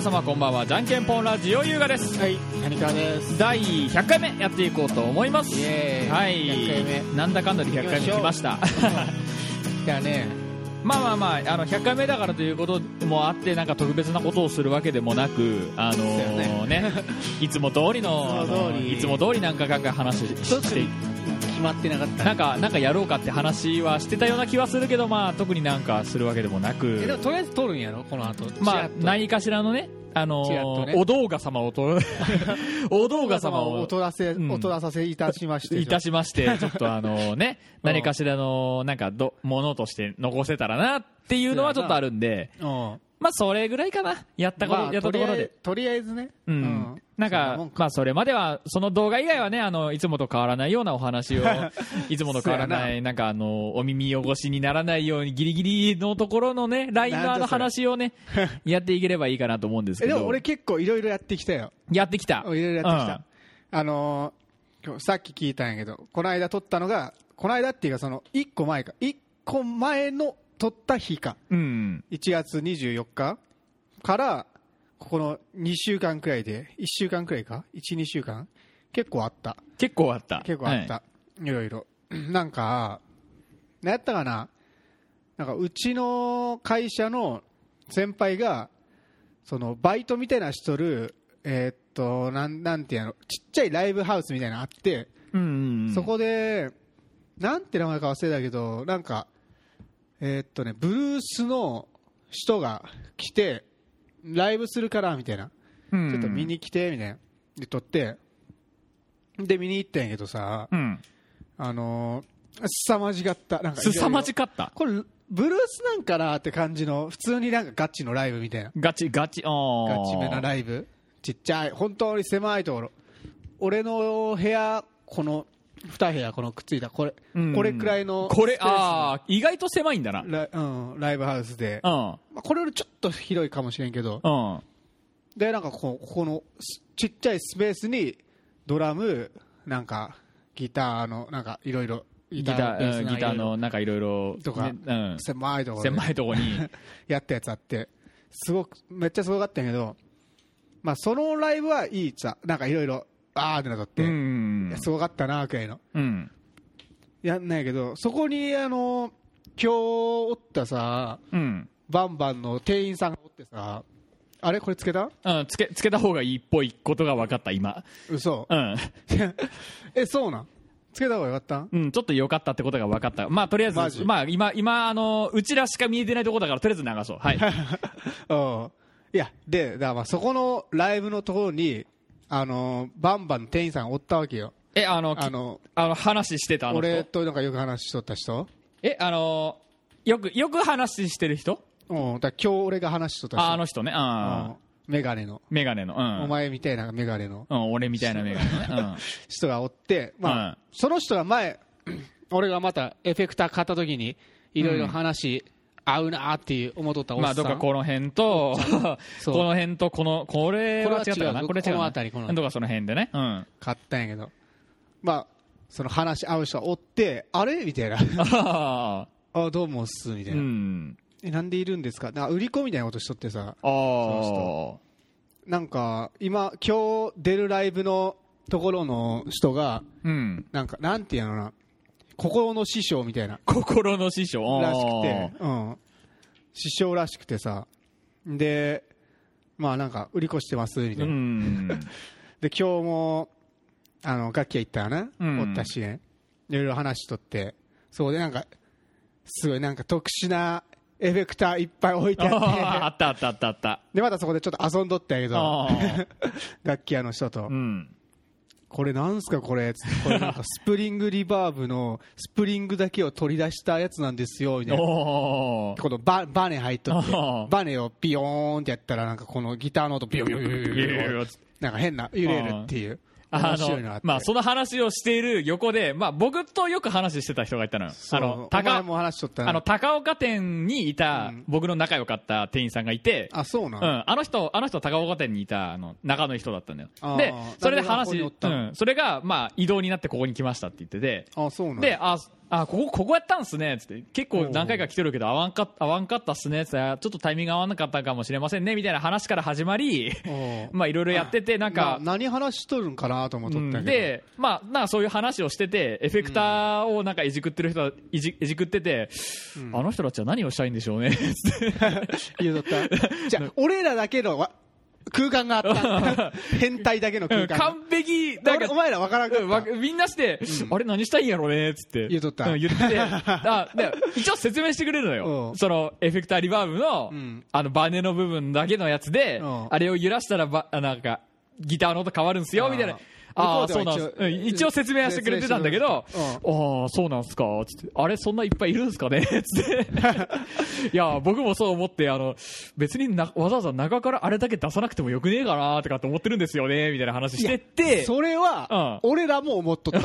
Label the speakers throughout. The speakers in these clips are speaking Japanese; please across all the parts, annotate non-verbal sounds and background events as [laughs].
Speaker 1: 様こんばんはじゃんけんぽんラジオ優雅です
Speaker 2: はい、谷川です。
Speaker 1: 第100回目やっていこうと思います
Speaker 2: イエーイ
Speaker 1: はい
Speaker 2: 100回
Speaker 1: なんだかんだで100回目来ました
Speaker 2: 目。だね。
Speaker 1: [laughs] まあまあまああの100回目だからということもあってなんか特別なことをするわけでもなくあのー
Speaker 2: そう [laughs]
Speaker 1: ねいつも通
Speaker 2: いつも通り
Speaker 1: りのあのーいつも通りなんかガンガン話し
Speaker 2: 一つ
Speaker 1: して
Speaker 2: 決まってなかった。
Speaker 1: なんかなんかやろうかって話はしてたような気はするけどまあ特になんかするわけでもな
Speaker 2: えでも
Speaker 1: く
Speaker 2: とりあえず撮るんやろこの後。
Speaker 1: まあ
Speaker 2: い。
Speaker 1: 何かしらのねあのー
Speaker 2: ちらっとね
Speaker 1: お道賀様を
Speaker 2: [laughs]
Speaker 1: とお道賀様を
Speaker 3: お取らせ、
Speaker 1: うん
Speaker 3: お取らさせいたしまして。
Speaker 1: いたしま
Speaker 3: [laughs]
Speaker 1: して、ちょっとあのね、何かしらの、なんかど、ものとして残せたらなっていうのはちょっとあるんで、
Speaker 2: うん。
Speaker 1: まあそれぐらいかな。やったこと、
Speaker 3: まあ
Speaker 1: やったところで。
Speaker 3: とりあえずとりあえずね。
Speaker 1: うん。なん
Speaker 3: そ
Speaker 1: か、
Speaker 3: も
Speaker 1: まあそれまでは、その動画以外はね、あの、いつもと変わらないようなお話を、
Speaker 3: [laughs]
Speaker 1: いつもと変わら
Speaker 2: そう
Speaker 1: ない、なんかあの、お耳汚しにならないようにギリギリのところのね、ラインのあの
Speaker 3: なんだ
Speaker 1: 話を
Speaker 3: [laughs]
Speaker 1: ね、やっていければいいかなと思うんです
Speaker 3: え
Speaker 1: け
Speaker 3: で
Speaker 1: ど。
Speaker 3: も俺結構いろいろやってきたよ。
Speaker 1: やってきた。
Speaker 3: いろいろやってきた。あのー今日さっき聞いたんやけど、この間撮ったのが、この間っていうかその一個前か、一個前の撮った日か、
Speaker 1: うん。うん。
Speaker 3: 1月24日から、ここの2週間くらいで、1週間くらいか ?1、2週間結構あった。
Speaker 1: 結構あった。
Speaker 3: 結構あった、い、ろいろ [clears throat] なんか何やったかななんかうちの会社の先輩がそのバイトみたいなしとるえーっとなんなんていうのちっちゃいライブハウスみたいなのあって、
Speaker 1: うん。うんうん
Speaker 3: そこでなんて名前か忘れたけどなんかえーっとねブルースの人が来てライブするからみたいな
Speaker 1: うん
Speaker 3: ちょっと見に来てみたいなで撮ってで見に行ったんやけどさ
Speaker 1: うん。
Speaker 3: あのー、凄まじかった。なんかいろいろ
Speaker 1: すさまじかった。
Speaker 3: これ、ブルースなんかなって感じの、普通になんかガチのライブみたいな。
Speaker 1: ガチガチ、あー
Speaker 3: ガチめなライブ。ちっちゃい、本当に狭いところ。俺の部屋、この、二部屋、このくっついた、これ、
Speaker 1: うん
Speaker 3: これくらいの、
Speaker 1: これ、ああ、意外と狭いんだな。
Speaker 3: ライうん、ライブハウスで、
Speaker 1: うん。
Speaker 3: まあこれよりちょっと広いかもしれんけど、
Speaker 1: うん。
Speaker 3: で、なんかこう、ここのすちっちゃいスペースに、ドラム、なんか、ギターの、なんか、いろいろ、ギ
Speaker 1: ギタ
Speaker 3: ベ
Speaker 1: ー、う
Speaker 3: ス
Speaker 1: ん
Speaker 3: な
Speaker 1: ギターの、なんかいろいろ。
Speaker 3: とか
Speaker 1: ねうん。
Speaker 3: 狭いところで
Speaker 1: 狭いとこに。
Speaker 3: [laughs] やったやつあってすごくめっちゃすごかったんやけど、まあ、そのライブはいいっちゃなんかいろいろあーってなっとって、
Speaker 1: うん
Speaker 3: いや。すごかったなくらいの
Speaker 1: うん。
Speaker 3: やんないけどそこにあの今日おったさ
Speaker 1: うん。
Speaker 3: バンバンの店員さんがおってさあれこれつけた
Speaker 1: うんつけ、つけた方がいいっぽいことが分かった、今。
Speaker 3: 嘘
Speaker 1: うん。
Speaker 3: えそうなんつけた方がよかった
Speaker 1: うん、ちょっと良かったってことが分かった。まあ、とりあえ
Speaker 3: マ
Speaker 1: ず、
Speaker 3: ジ
Speaker 1: まあ、今、今、あの、うちらしか見えてないとこだから、とりあえず流そう。
Speaker 3: [laughs]
Speaker 1: はい。
Speaker 3: うんいやでだからまあそこのライブのところにあのバンバンの店員さんがおったわけよ
Speaker 1: え、あの、き
Speaker 3: あの
Speaker 1: あの、話してた、あの人
Speaker 3: 俺となんかよく話しとった人
Speaker 1: え、あの、よく、よく話してる人
Speaker 3: うん、だから今日俺が話しとった
Speaker 1: あ、あ
Speaker 3: 人
Speaker 1: の人ね。う
Speaker 3: うんん。メガネの、
Speaker 1: メガネの。うん。
Speaker 3: お前みたいなメガネの
Speaker 1: うん、俺みたいなメガネ
Speaker 3: [laughs]
Speaker 1: ね。
Speaker 3: 人がおって、まあ
Speaker 1: うん
Speaker 3: その人が前 [clears throat] 俺がまたエフェクター買った時にいろいろ話合うなーっていう思っとった
Speaker 1: うん。
Speaker 3: おっ
Speaker 1: まあ、
Speaker 3: さ
Speaker 1: どっ
Speaker 3: ん、
Speaker 1: かこの辺と、
Speaker 3: [laughs] そ
Speaker 1: こ
Speaker 3: う
Speaker 1: の辺と、この、これは違ったかな。こ
Speaker 3: こ
Speaker 1: れ
Speaker 3: れ
Speaker 1: 違
Speaker 3: は違う
Speaker 1: うな。
Speaker 3: この辺りこの辺り
Speaker 1: どっかその辺でね。うん。
Speaker 3: 買ったんやけどまあその話し合う人がおってあれみたいな [laughs]
Speaker 1: ああ。
Speaker 3: あどうもっすみた
Speaker 1: [laughs]
Speaker 3: いうな、
Speaker 1: ん。
Speaker 3: えなんでいるんですかなんか売り子みたいなことしとってさ
Speaker 1: ああ。
Speaker 3: のなんか今今日出るライブのところの人が
Speaker 1: うん。
Speaker 3: なんかなんていうのかな心の師匠みたいな
Speaker 1: 心の師匠。
Speaker 3: らしくて、うん、師匠らしくてさでまあなんか売り越してますみ
Speaker 1: あー。
Speaker 3: た
Speaker 1: う
Speaker 3: いな、
Speaker 1: ん。
Speaker 3: で今日もあの楽器屋行ったらな、
Speaker 1: うん
Speaker 3: おったしねいろいろ話しとってそこでなんかすごいなんか特殊なエフェクターいっぱい置いて
Speaker 1: あー
Speaker 3: あ
Speaker 1: あ
Speaker 3: って
Speaker 1: ったあったあったあった。
Speaker 3: でまたそこでちょっと遊んどったんやけど
Speaker 1: ああ。
Speaker 3: 楽器屋の人と、
Speaker 1: うん。
Speaker 3: これなんすかこれつってこれなんかスプリングリバーブのスプリングだけを取り出したやつなんですよみたいな
Speaker 1: おー
Speaker 3: このババネ入っとって
Speaker 1: あー
Speaker 3: バネをビヨーンってやったらなんかこのギターの音ビヨビヨビヨビヨビヨビヨなんか変な揺れるっていう
Speaker 1: あ
Speaker 3: 面白いのあっ
Speaker 1: の、
Speaker 3: て
Speaker 1: まあ、その話をしている横で、まあ、僕とよく話してた人がいたのよ。
Speaker 3: そ
Speaker 1: あ
Speaker 3: う
Speaker 1: の、
Speaker 3: お前
Speaker 1: 高、
Speaker 3: も話しとったな
Speaker 1: あの、高岡店にいた、僕の仲良かった店員さんがいて、
Speaker 3: あそう
Speaker 1: う
Speaker 3: なの、
Speaker 1: ん、あの人、あの人、高岡店にいた、あの、中の人だったんだよ
Speaker 3: あ。ー
Speaker 1: で、それで
Speaker 3: なんでここ
Speaker 1: 話、
Speaker 3: にお
Speaker 1: う
Speaker 3: ったの
Speaker 1: ん、それが、まあ、移動になってここに来ましたって言ってて、
Speaker 3: あそうなの
Speaker 1: で、あ、あここここやったんすねっつって結構何回か来てるけど合わんか合わんかったっすねっつってあちょっとタイミング合わなかったかもしれませんねみたいな話から始まり
Speaker 3: [laughs] おう
Speaker 1: まあいろいろやっててなんか
Speaker 3: な何話しとるんかなと思っとったんやけど、
Speaker 1: で、まあ、なんかそういう話をしてて、エフェクターをなんかいじくってる人は、いじいじくってて、あの人たちは何をしたいんでしょうね、つって
Speaker 3: 言うとったじゃあ俺らだけのわ空間があった変態だけの空間が
Speaker 1: 完璧、なん
Speaker 3: 俺
Speaker 1: か
Speaker 3: お、前ら分からんか
Speaker 1: うんわ
Speaker 3: った、
Speaker 1: みんなして、あれ何したいんやろうね、つって。
Speaker 3: 言うとった
Speaker 1: ん言っ
Speaker 3: [laughs]
Speaker 1: てて、あで一応説明してくれるのよ
Speaker 3: う。ん
Speaker 1: その、エフェクターリバーブの
Speaker 3: うん、
Speaker 1: あの、バネの部分だけのやつで
Speaker 3: うん、
Speaker 1: あれを揺らしたらば、あなんか、ギターの音変わるんすよ、みたいな。あ
Speaker 3: あ
Speaker 1: あ
Speaker 3: ー
Speaker 1: ー、そうなんす
Speaker 3: 向こうで
Speaker 1: う
Speaker 3: は一応
Speaker 1: ん一応説明はしてくれてたんだけど、ああ、そうなんすか、つって、あれ、そんないっぱいいるんすかね、つ
Speaker 3: [laughs]
Speaker 1: って、いや、僕もそう思って、あの別になわざわざ中からあれだけ出さなくてもよくねえかなとかって思ってるんですよね、みたいな話してって、
Speaker 3: それは俺らも思っとった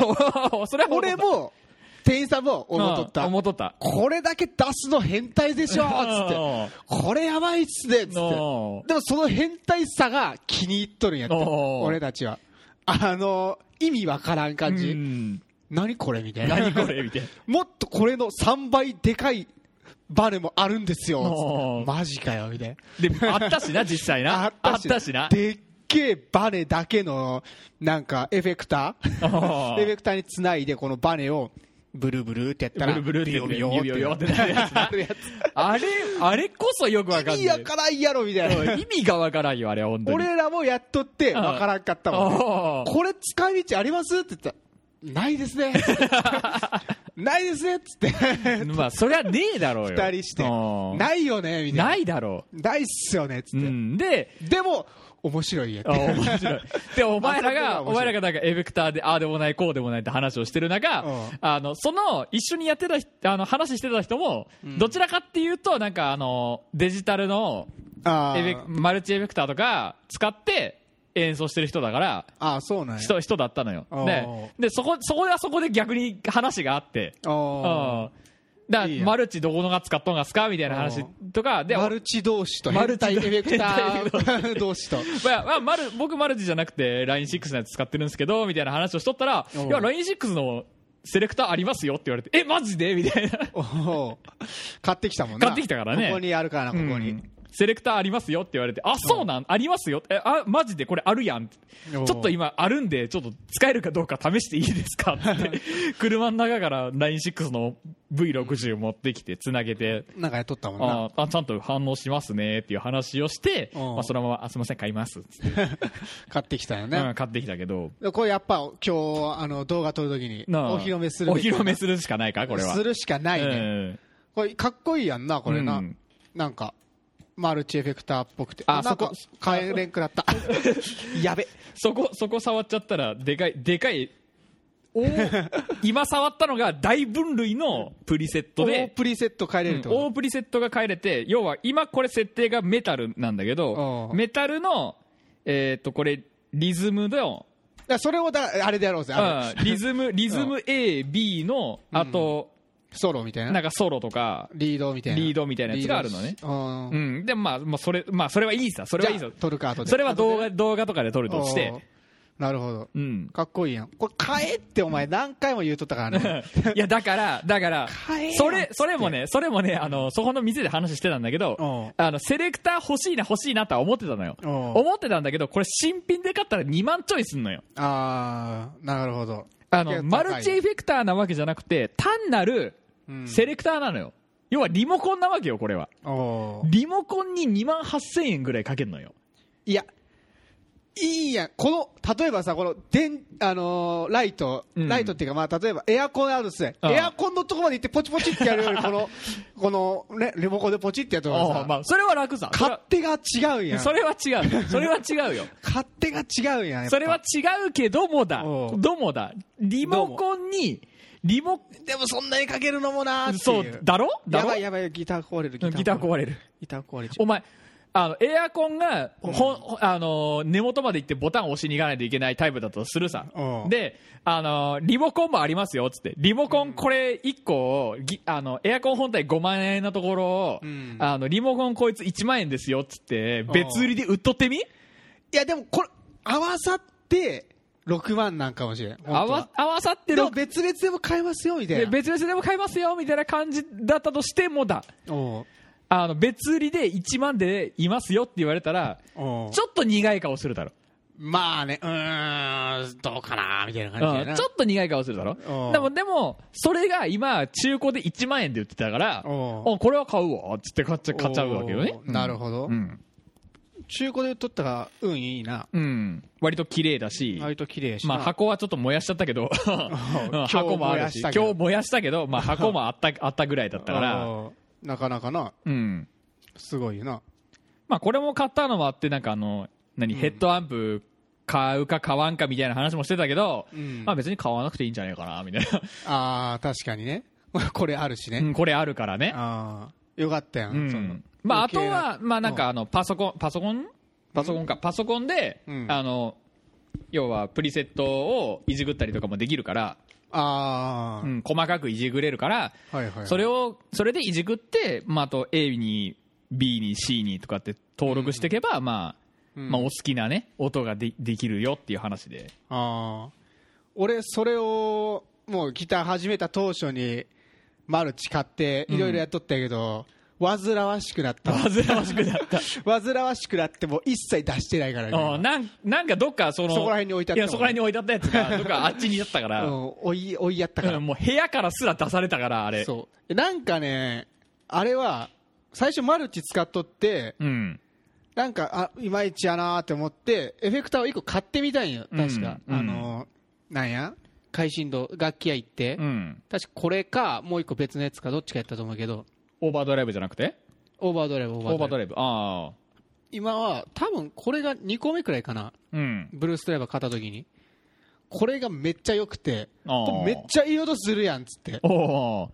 Speaker 1: それは
Speaker 3: 俺も店員さんも思っとった
Speaker 1: うん思っとった。
Speaker 3: これだけ出すの変態でしょ
Speaker 1: う
Speaker 3: っ
Speaker 1: ん
Speaker 3: つってこれやばいっすねっつってで
Speaker 1: うん
Speaker 3: もその変態さが気に入っとるんやって
Speaker 1: うん
Speaker 3: 俺たちはあの意味わからん感
Speaker 1: う
Speaker 3: じ
Speaker 1: ん
Speaker 3: 何これみたいな
Speaker 1: 何これみたいな。
Speaker 3: [laughs] もっとこれの3倍でかいバネもあるんですよ
Speaker 1: うん
Speaker 3: つってマジかよみたいな
Speaker 1: で、あったしな、実際な。あったしな。
Speaker 3: でっけえバネだけのなんかエフェクタ
Speaker 1: あー
Speaker 3: ー [laughs] エフェクターにつないでこのバネをブルブルってやったら
Speaker 1: ブルブルってやって
Speaker 3: ビヨビヨ
Speaker 1: ビヨビヨってなるやつな
Speaker 3: [laughs] なるやつ
Speaker 1: あれ、あれこそよくわかんない。
Speaker 3: 意味わからんやろみたいな
Speaker 1: うん意味がわからんよ、あれ、本当に。
Speaker 3: 俺らもやっとってわからんかったもん
Speaker 1: あー
Speaker 3: これ使い道ありますって言ったらないで
Speaker 1: [laughs]
Speaker 3: すねないですねっつって
Speaker 1: まあ、そりゃねえだろうよ。
Speaker 3: 二人して
Speaker 1: うん
Speaker 3: ないよねみたいな
Speaker 1: ないだろ
Speaker 3: ないっすよねっつ
Speaker 1: う。
Speaker 3: っ
Speaker 1: う
Speaker 3: て
Speaker 1: ん。で、
Speaker 3: でも面白いや
Speaker 1: あ面白
Speaker 3: [laughs]
Speaker 1: い。で、お前ら
Speaker 3: まあ
Speaker 1: が、
Speaker 3: そこが面白い
Speaker 1: お前らがなんかエフェクターで、ああでもない、こうでもないって話をしてる中、
Speaker 3: うん
Speaker 1: あの、その、一緒にやってた人、あの、話してた人も、どちらかっていうと、なんかあの、デジタルの
Speaker 3: あ
Speaker 1: エフェ
Speaker 3: ー
Speaker 1: マルチエフェクターとか使って演奏してる人だから、
Speaker 3: あーそうなんや
Speaker 1: 人、人だったのよ。
Speaker 3: おー
Speaker 1: で、で、そこ、そこではそこで逆に話があって、うん。
Speaker 3: あ
Speaker 1: だから
Speaker 3: いいやん
Speaker 1: マルチどこのが使っとんがすかみたいな話とか、
Speaker 3: ー
Speaker 1: で、
Speaker 3: マルチ同士と
Speaker 1: マルチ
Speaker 3: 変態エフェクター [laughs] 同士と
Speaker 1: まあまあ、マル僕、マルチじゃなくて、LINE6 のやつ使ってるんですけど、みたいな話をしとったら、い
Speaker 3: おう
Speaker 1: や、LINE6 のセレクターありますよって言われて、え、マジでみたいな。
Speaker 3: おー買ってきたもんな
Speaker 1: 買ってきたからね
Speaker 3: ここにあるからなここに
Speaker 1: セレクターありますよって言われて、あ、そうなん、ありますよえ、あ、マジでこれあるやん。ちょ
Speaker 3: おう
Speaker 1: っと今あるんで、ちょっと使えるかどうか試していいですか
Speaker 3: [laughs]
Speaker 1: って。車の中から LINE6 の V60 持ってきて、つなげて、
Speaker 3: なんかやっとったもんな
Speaker 1: ああちゃんと反応しますねっていう話をして、
Speaker 3: おう
Speaker 1: まあ、そのまま、あ、すみません、買いますっつって、
Speaker 3: 買ってきたよ
Speaker 1: う
Speaker 3: ね
Speaker 1: ん買ってきたけど、
Speaker 3: でこれやっぱ今日あの動画撮るときに
Speaker 1: なあ
Speaker 3: お披露目する
Speaker 1: お
Speaker 3: べき
Speaker 1: 披露目するしかないかこれは
Speaker 3: するしかないね
Speaker 1: うん
Speaker 3: これかっこいいやんなこれ
Speaker 1: う
Speaker 3: なんなんかマルチエフェクターっぽくて
Speaker 1: あ
Speaker 3: なんか
Speaker 1: そ
Speaker 3: 買えれんくなったやべ
Speaker 1: そこそこ触っちゃったらでかいでかい
Speaker 3: [laughs]
Speaker 1: お今触ったのが大分類のプリセット
Speaker 3: 大
Speaker 1: で
Speaker 3: プリセット変えれるってこ
Speaker 1: 大プリセットが変えれて要は今これ設定がメタルなんだけど
Speaker 3: おう
Speaker 1: メタルのえっとこれリズムの
Speaker 3: とだからそれをだあれでやろうぜあ
Speaker 1: うん
Speaker 3: の
Speaker 1: リズ
Speaker 3: [laughs]
Speaker 1: ムリズム AB のあと
Speaker 3: ソロみたい
Speaker 1: なん
Speaker 3: な
Speaker 1: かソロとか
Speaker 3: リードみたいな
Speaker 1: リードみたいなやつがあるのね
Speaker 3: リードしう
Speaker 1: うんんでまあまあそれまあそれはいいさそれはいい
Speaker 3: じゃ
Speaker 1: さ
Speaker 3: あ撮るか後で
Speaker 1: それは動
Speaker 3: 後
Speaker 1: 画動画とかで撮る
Speaker 3: で
Speaker 1: として
Speaker 3: おーなるほど
Speaker 1: うん
Speaker 3: かっこいいやんこれ買えってお前何回も言うとったからね
Speaker 1: [laughs] いや、だから、だから
Speaker 3: 買えよ、
Speaker 1: それ、それもね、それもね、あの、そこの店で話してたんだけど、
Speaker 3: う
Speaker 1: あの、セレクター欲しいな、欲しいなとは思ってたのよ。
Speaker 3: うん
Speaker 1: 思ってたんだけど、これ新品で買ったら2万ちょいすんのよ。
Speaker 3: ああなるほど
Speaker 1: あ
Speaker 3: いや
Speaker 1: の、
Speaker 3: 高い
Speaker 1: マルチエフェクターなわけじゃなくて、単なる
Speaker 3: うん
Speaker 1: セレクターなのよ。要はリモコンなわけよ、これは。
Speaker 3: おー
Speaker 1: リモコンに2万8000円ぐらいかけるのよ。
Speaker 3: いやいいやんこの例えばさこの電あのーライト
Speaker 1: うん
Speaker 3: ライトっていうかまあ例えばエアコンあるっすね
Speaker 1: うん
Speaker 3: エアコンのとこまで行ってポチポチってやるより
Speaker 1: [laughs]
Speaker 3: このこのねリモコンでポチってやった方
Speaker 1: あ
Speaker 3: が
Speaker 1: あ
Speaker 3: さ
Speaker 1: まあ、それは楽さ。それ
Speaker 3: 勝
Speaker 1: は
Speaker 3: 手が違うやん
Speaker 1: それは違う。それは違うよ。
Speaker 3: 勝手が違うやんやっぱ
Speaker 1: それは違うけどもだ。
Speaker 3: おう
Speaker 1: どもだ。リモコンに、リモ、
Speaker 3: でもそんなにかけるのもなーっていう
Speaker 1: そう、だろだ
Speaker 3: や
Speaker 1: ろ
Speaker 3: ばいやばいギター壊れる
Speaker 1: ギター壊
Speaker 3: れる
Speaker 1: れる。
Speaker 3: ギター壊れちゃう
Speaker 1: お前、あの、エアコンが、ほん、あのー、根元まで行ってボタンを押しに行かないといけないタイプだとするさ
Speaker 3: う。ん
Speaker 1: で、あのー、リモコンもありますよ、つって。リモコンこれ1個を、ぎあの、エアコン本体5万円のところを
Speaker 3: うん、
Speaker 1: あの、リモコンこいつ1万円ですよ、つって、別売りで売っとってみ
Speaker 3: いやでもこれ合わさって6万なんかもしれん本当は
Speaker 1: 合わ合わさって
Speaker 3: で
Speaker 1: の
Speaker 3: も別々でも買えますよみたい
Speaker 1: で
Speaker 3: な
Speaker 1: 別々でも買いますよみたいな感じだったとしてもだ
Speaker 3: おう
Speaker 1: あの別売りで1万でいますよって言われたら
Speaker 3: おう
Speaker 1: ちょっと苦い顔するだろ
Speaker 3: まあねうーんどうかなみたいな感じ
Speaker 1: う
Speaker 3: やなん
Speaker 1: ちょっと苦い顔するだろ
Speaker 3: うん
Speaker 1: でもでもそれが今中古で1万円で売ってたから
Speaker 3: うん
Speaker 1: おこれは買うわっつって買っちゃ買っちゃうわけよね
Speaker 3: おうなるほど、
Speaker 1: うん、
Speaker 3: 中古で取ったら運いいな
Speaker 1: うん、割と綺麗だし
Speaker 3: 割と綺麗やしな
Speaker 1: まあ、箱はちょっと燃やしちゃった
Speaker 3: [laughs]
Speaker 1: けど、うん箱もあるし、
Speaker 3: 今
Speaker 1: 今
Speaker 3: 日燃やしたけど
Speaker 1: 日燃やしたけど、まあ、箱もあ
Speaker 3: [laughs]
Speaker 1: ったあったぐらいだったから、
Speaker 3: おうなかなかな
Speaker 1: うん
Speaker 3: すごいよな
Speaker 1: まあ、これも買ったのもあって、なんかあの何ヘッドアンプ買うか買わんかみたいな話もしてたけど、
Speaker 3: ん
Speaker 1: まあ、別に買わなくていいんじゃないかなみたいな、
Speaker 3: あー確かにね [laughs] これあるしね、
Speaker 1: [laughs] うんこれあるからね。
Speaker 3: ああよかったやん、
Speaker 1: うん
Speaker 3: その
Speaker 1: まあ、あ
Speaker 3: 余
Speaker 1: と
Speaker 3: 計な
Speaker 1: は、まあ、なんかあのパソコン、パソコンパソコンか、パソコンで、
Speaker 3: うん
Speaker 1: あの要はプリセットをいじくったりとかもできるから、
Speaker 3: ああ、
Speaker 1: うん細かくいじくれるから、
Speaker 3: はいはいはい
Speaker 1: それをそれでいじくって、まあ、あと A に B に C にとかって登録していけば、まあ
Speaker 3: うん
Speaker 1: まあ、お好きな、ね、音がでできるよっていう話で、
Speaker 3: ああ俺それをもうギター始めた当初にマルチ買っていろいろやっとったけど、煩わしくなった
Speaker 1: 煩わしくなった。
Speaker 3: 煩わしくなってもう一切出してないから
Speaker 1: あ
Speaker 3: ね
Speaker 1: なんなんかどっかその
Speaker 3: そこら辺に置いてあった
Speaker 1: やそこら辺に置いてあったやつがどっかあっちにいったか
Speaker 3: う
Speaker 1: ら、
Speaker 3: ん追い追いやったから、
Speaker 1: うんもう部屋からすら出されたからあれ
Speaker 3: そうなんかねあれは最初マルチ使っとって
Speaker 1: うん
Speaker 3: なんかあいまいちやなーって思ってエフェクターを1個買ってみたんよ確か、
Speaker 1: うん
Speaker 3: あのーなんや会心度楽器屋行って、
Speaker 1: うん
Speaker 3: 確かこれかもう1個別のやつかどっちかやったと思うけど
Speaker 1: オーバードライブじゃなくて
Speaker 3: オーバードライブオー
Speaker 1: オーバード
Speaker 3: イブ
Speaker 1: ライブああ
Speaker 3: 今は多分これが2個目くらいかな
Speaker 1: うん
Speaker 3: ブルースドライバー買った時にこれがめっちゃ良くて
Speaker 1: あー
Speaker 3: これめっちゃいい音するやんっつって
Speaker 1: おお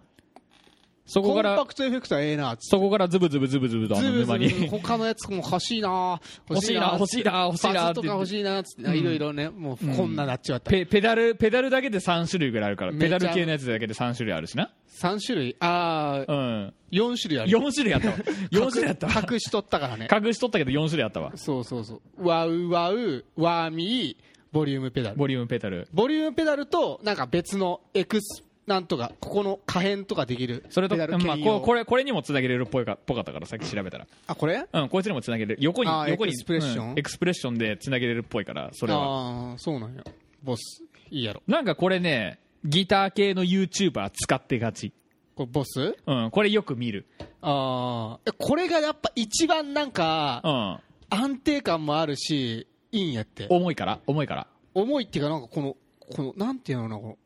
Speaker 1: そこ
Speaker 3: コ
Speaker 1: か
Speaker 3: ンパ
Speaker 1: ら
Speaker 3: クトエフェクターええなっつって
Speaker 1: そこからズブズブズブズブとあの
Speaker 3: ズブズ
Speaker 1: 沼
Speaker 3: ブ
Speaker 1: に
Speaker 3: 他のやつも欲しいな
Speaker 1: 欲しいな欲しいな欲しいな
Speaker 3: バ
Speaker 1: って
Speaker 3: ズとか
Speaker 1: 言っ
Speaker 3: 欲
Speaker 1: て
Speaker 3: しいなっつっていろいろねもうこんななっちまった
Speaker 1: ペペダルペダルだけで3種類ぐらいあるから
Speaker 3: め
Speaker 1: ペ
Speaker 3: ちゃ
Speaker 1: ダル系のやつだけで3種類あるしな
Speaker 3: 3種類ああ
Speaker 1: うん
Speaker 3: 4種類ある
Speaker 1: 4種類あったわ4種類あったわ
Speaker 3: 隠隠しとったからね
Speaker 1: 隠しとったけど4種類あったわ
Speaker 3: そうそうそうワウワウワーミーボリュームペダル
Speaker 1: ボリュームペダル
Speaker 3: ボリュームペダルとなんか別のエクスなんとかここの可変とかできる
Speaker 1: それと、
Speaker 3: ペダル
Speaker 1: まあ、こ
Speaker 3: 兼用
Speaker 1: うこれこれにもつなげれるっぽいかぽかったからさっき調べたら
Speaker 3: あこれ
Speaker 1: うん、こいつにもつなげれる横に
Speaker 3: あー
Speaker 1: 横に
Speaker 3: エクスプレッション
Speaker 1: うんエクスプレッションでつなげれるっぽいからそれは
Speaker 3: ああそうなんやボスいいやろ
Speaker 1: なんかこれねギター系の YouTuber 使ってがち、
Speaker 3: これボス
Speaker 1: うん、これよく見る、
Speaker 3: ああこれがやっぱ一番なんか
Speaker 1: うん、
Speaker 3: 安定感もあるしいいんやって
Speaker 1: 重いから重いから
Speaker 3: 重いっていうかなんかこのこのなんていうのかなこの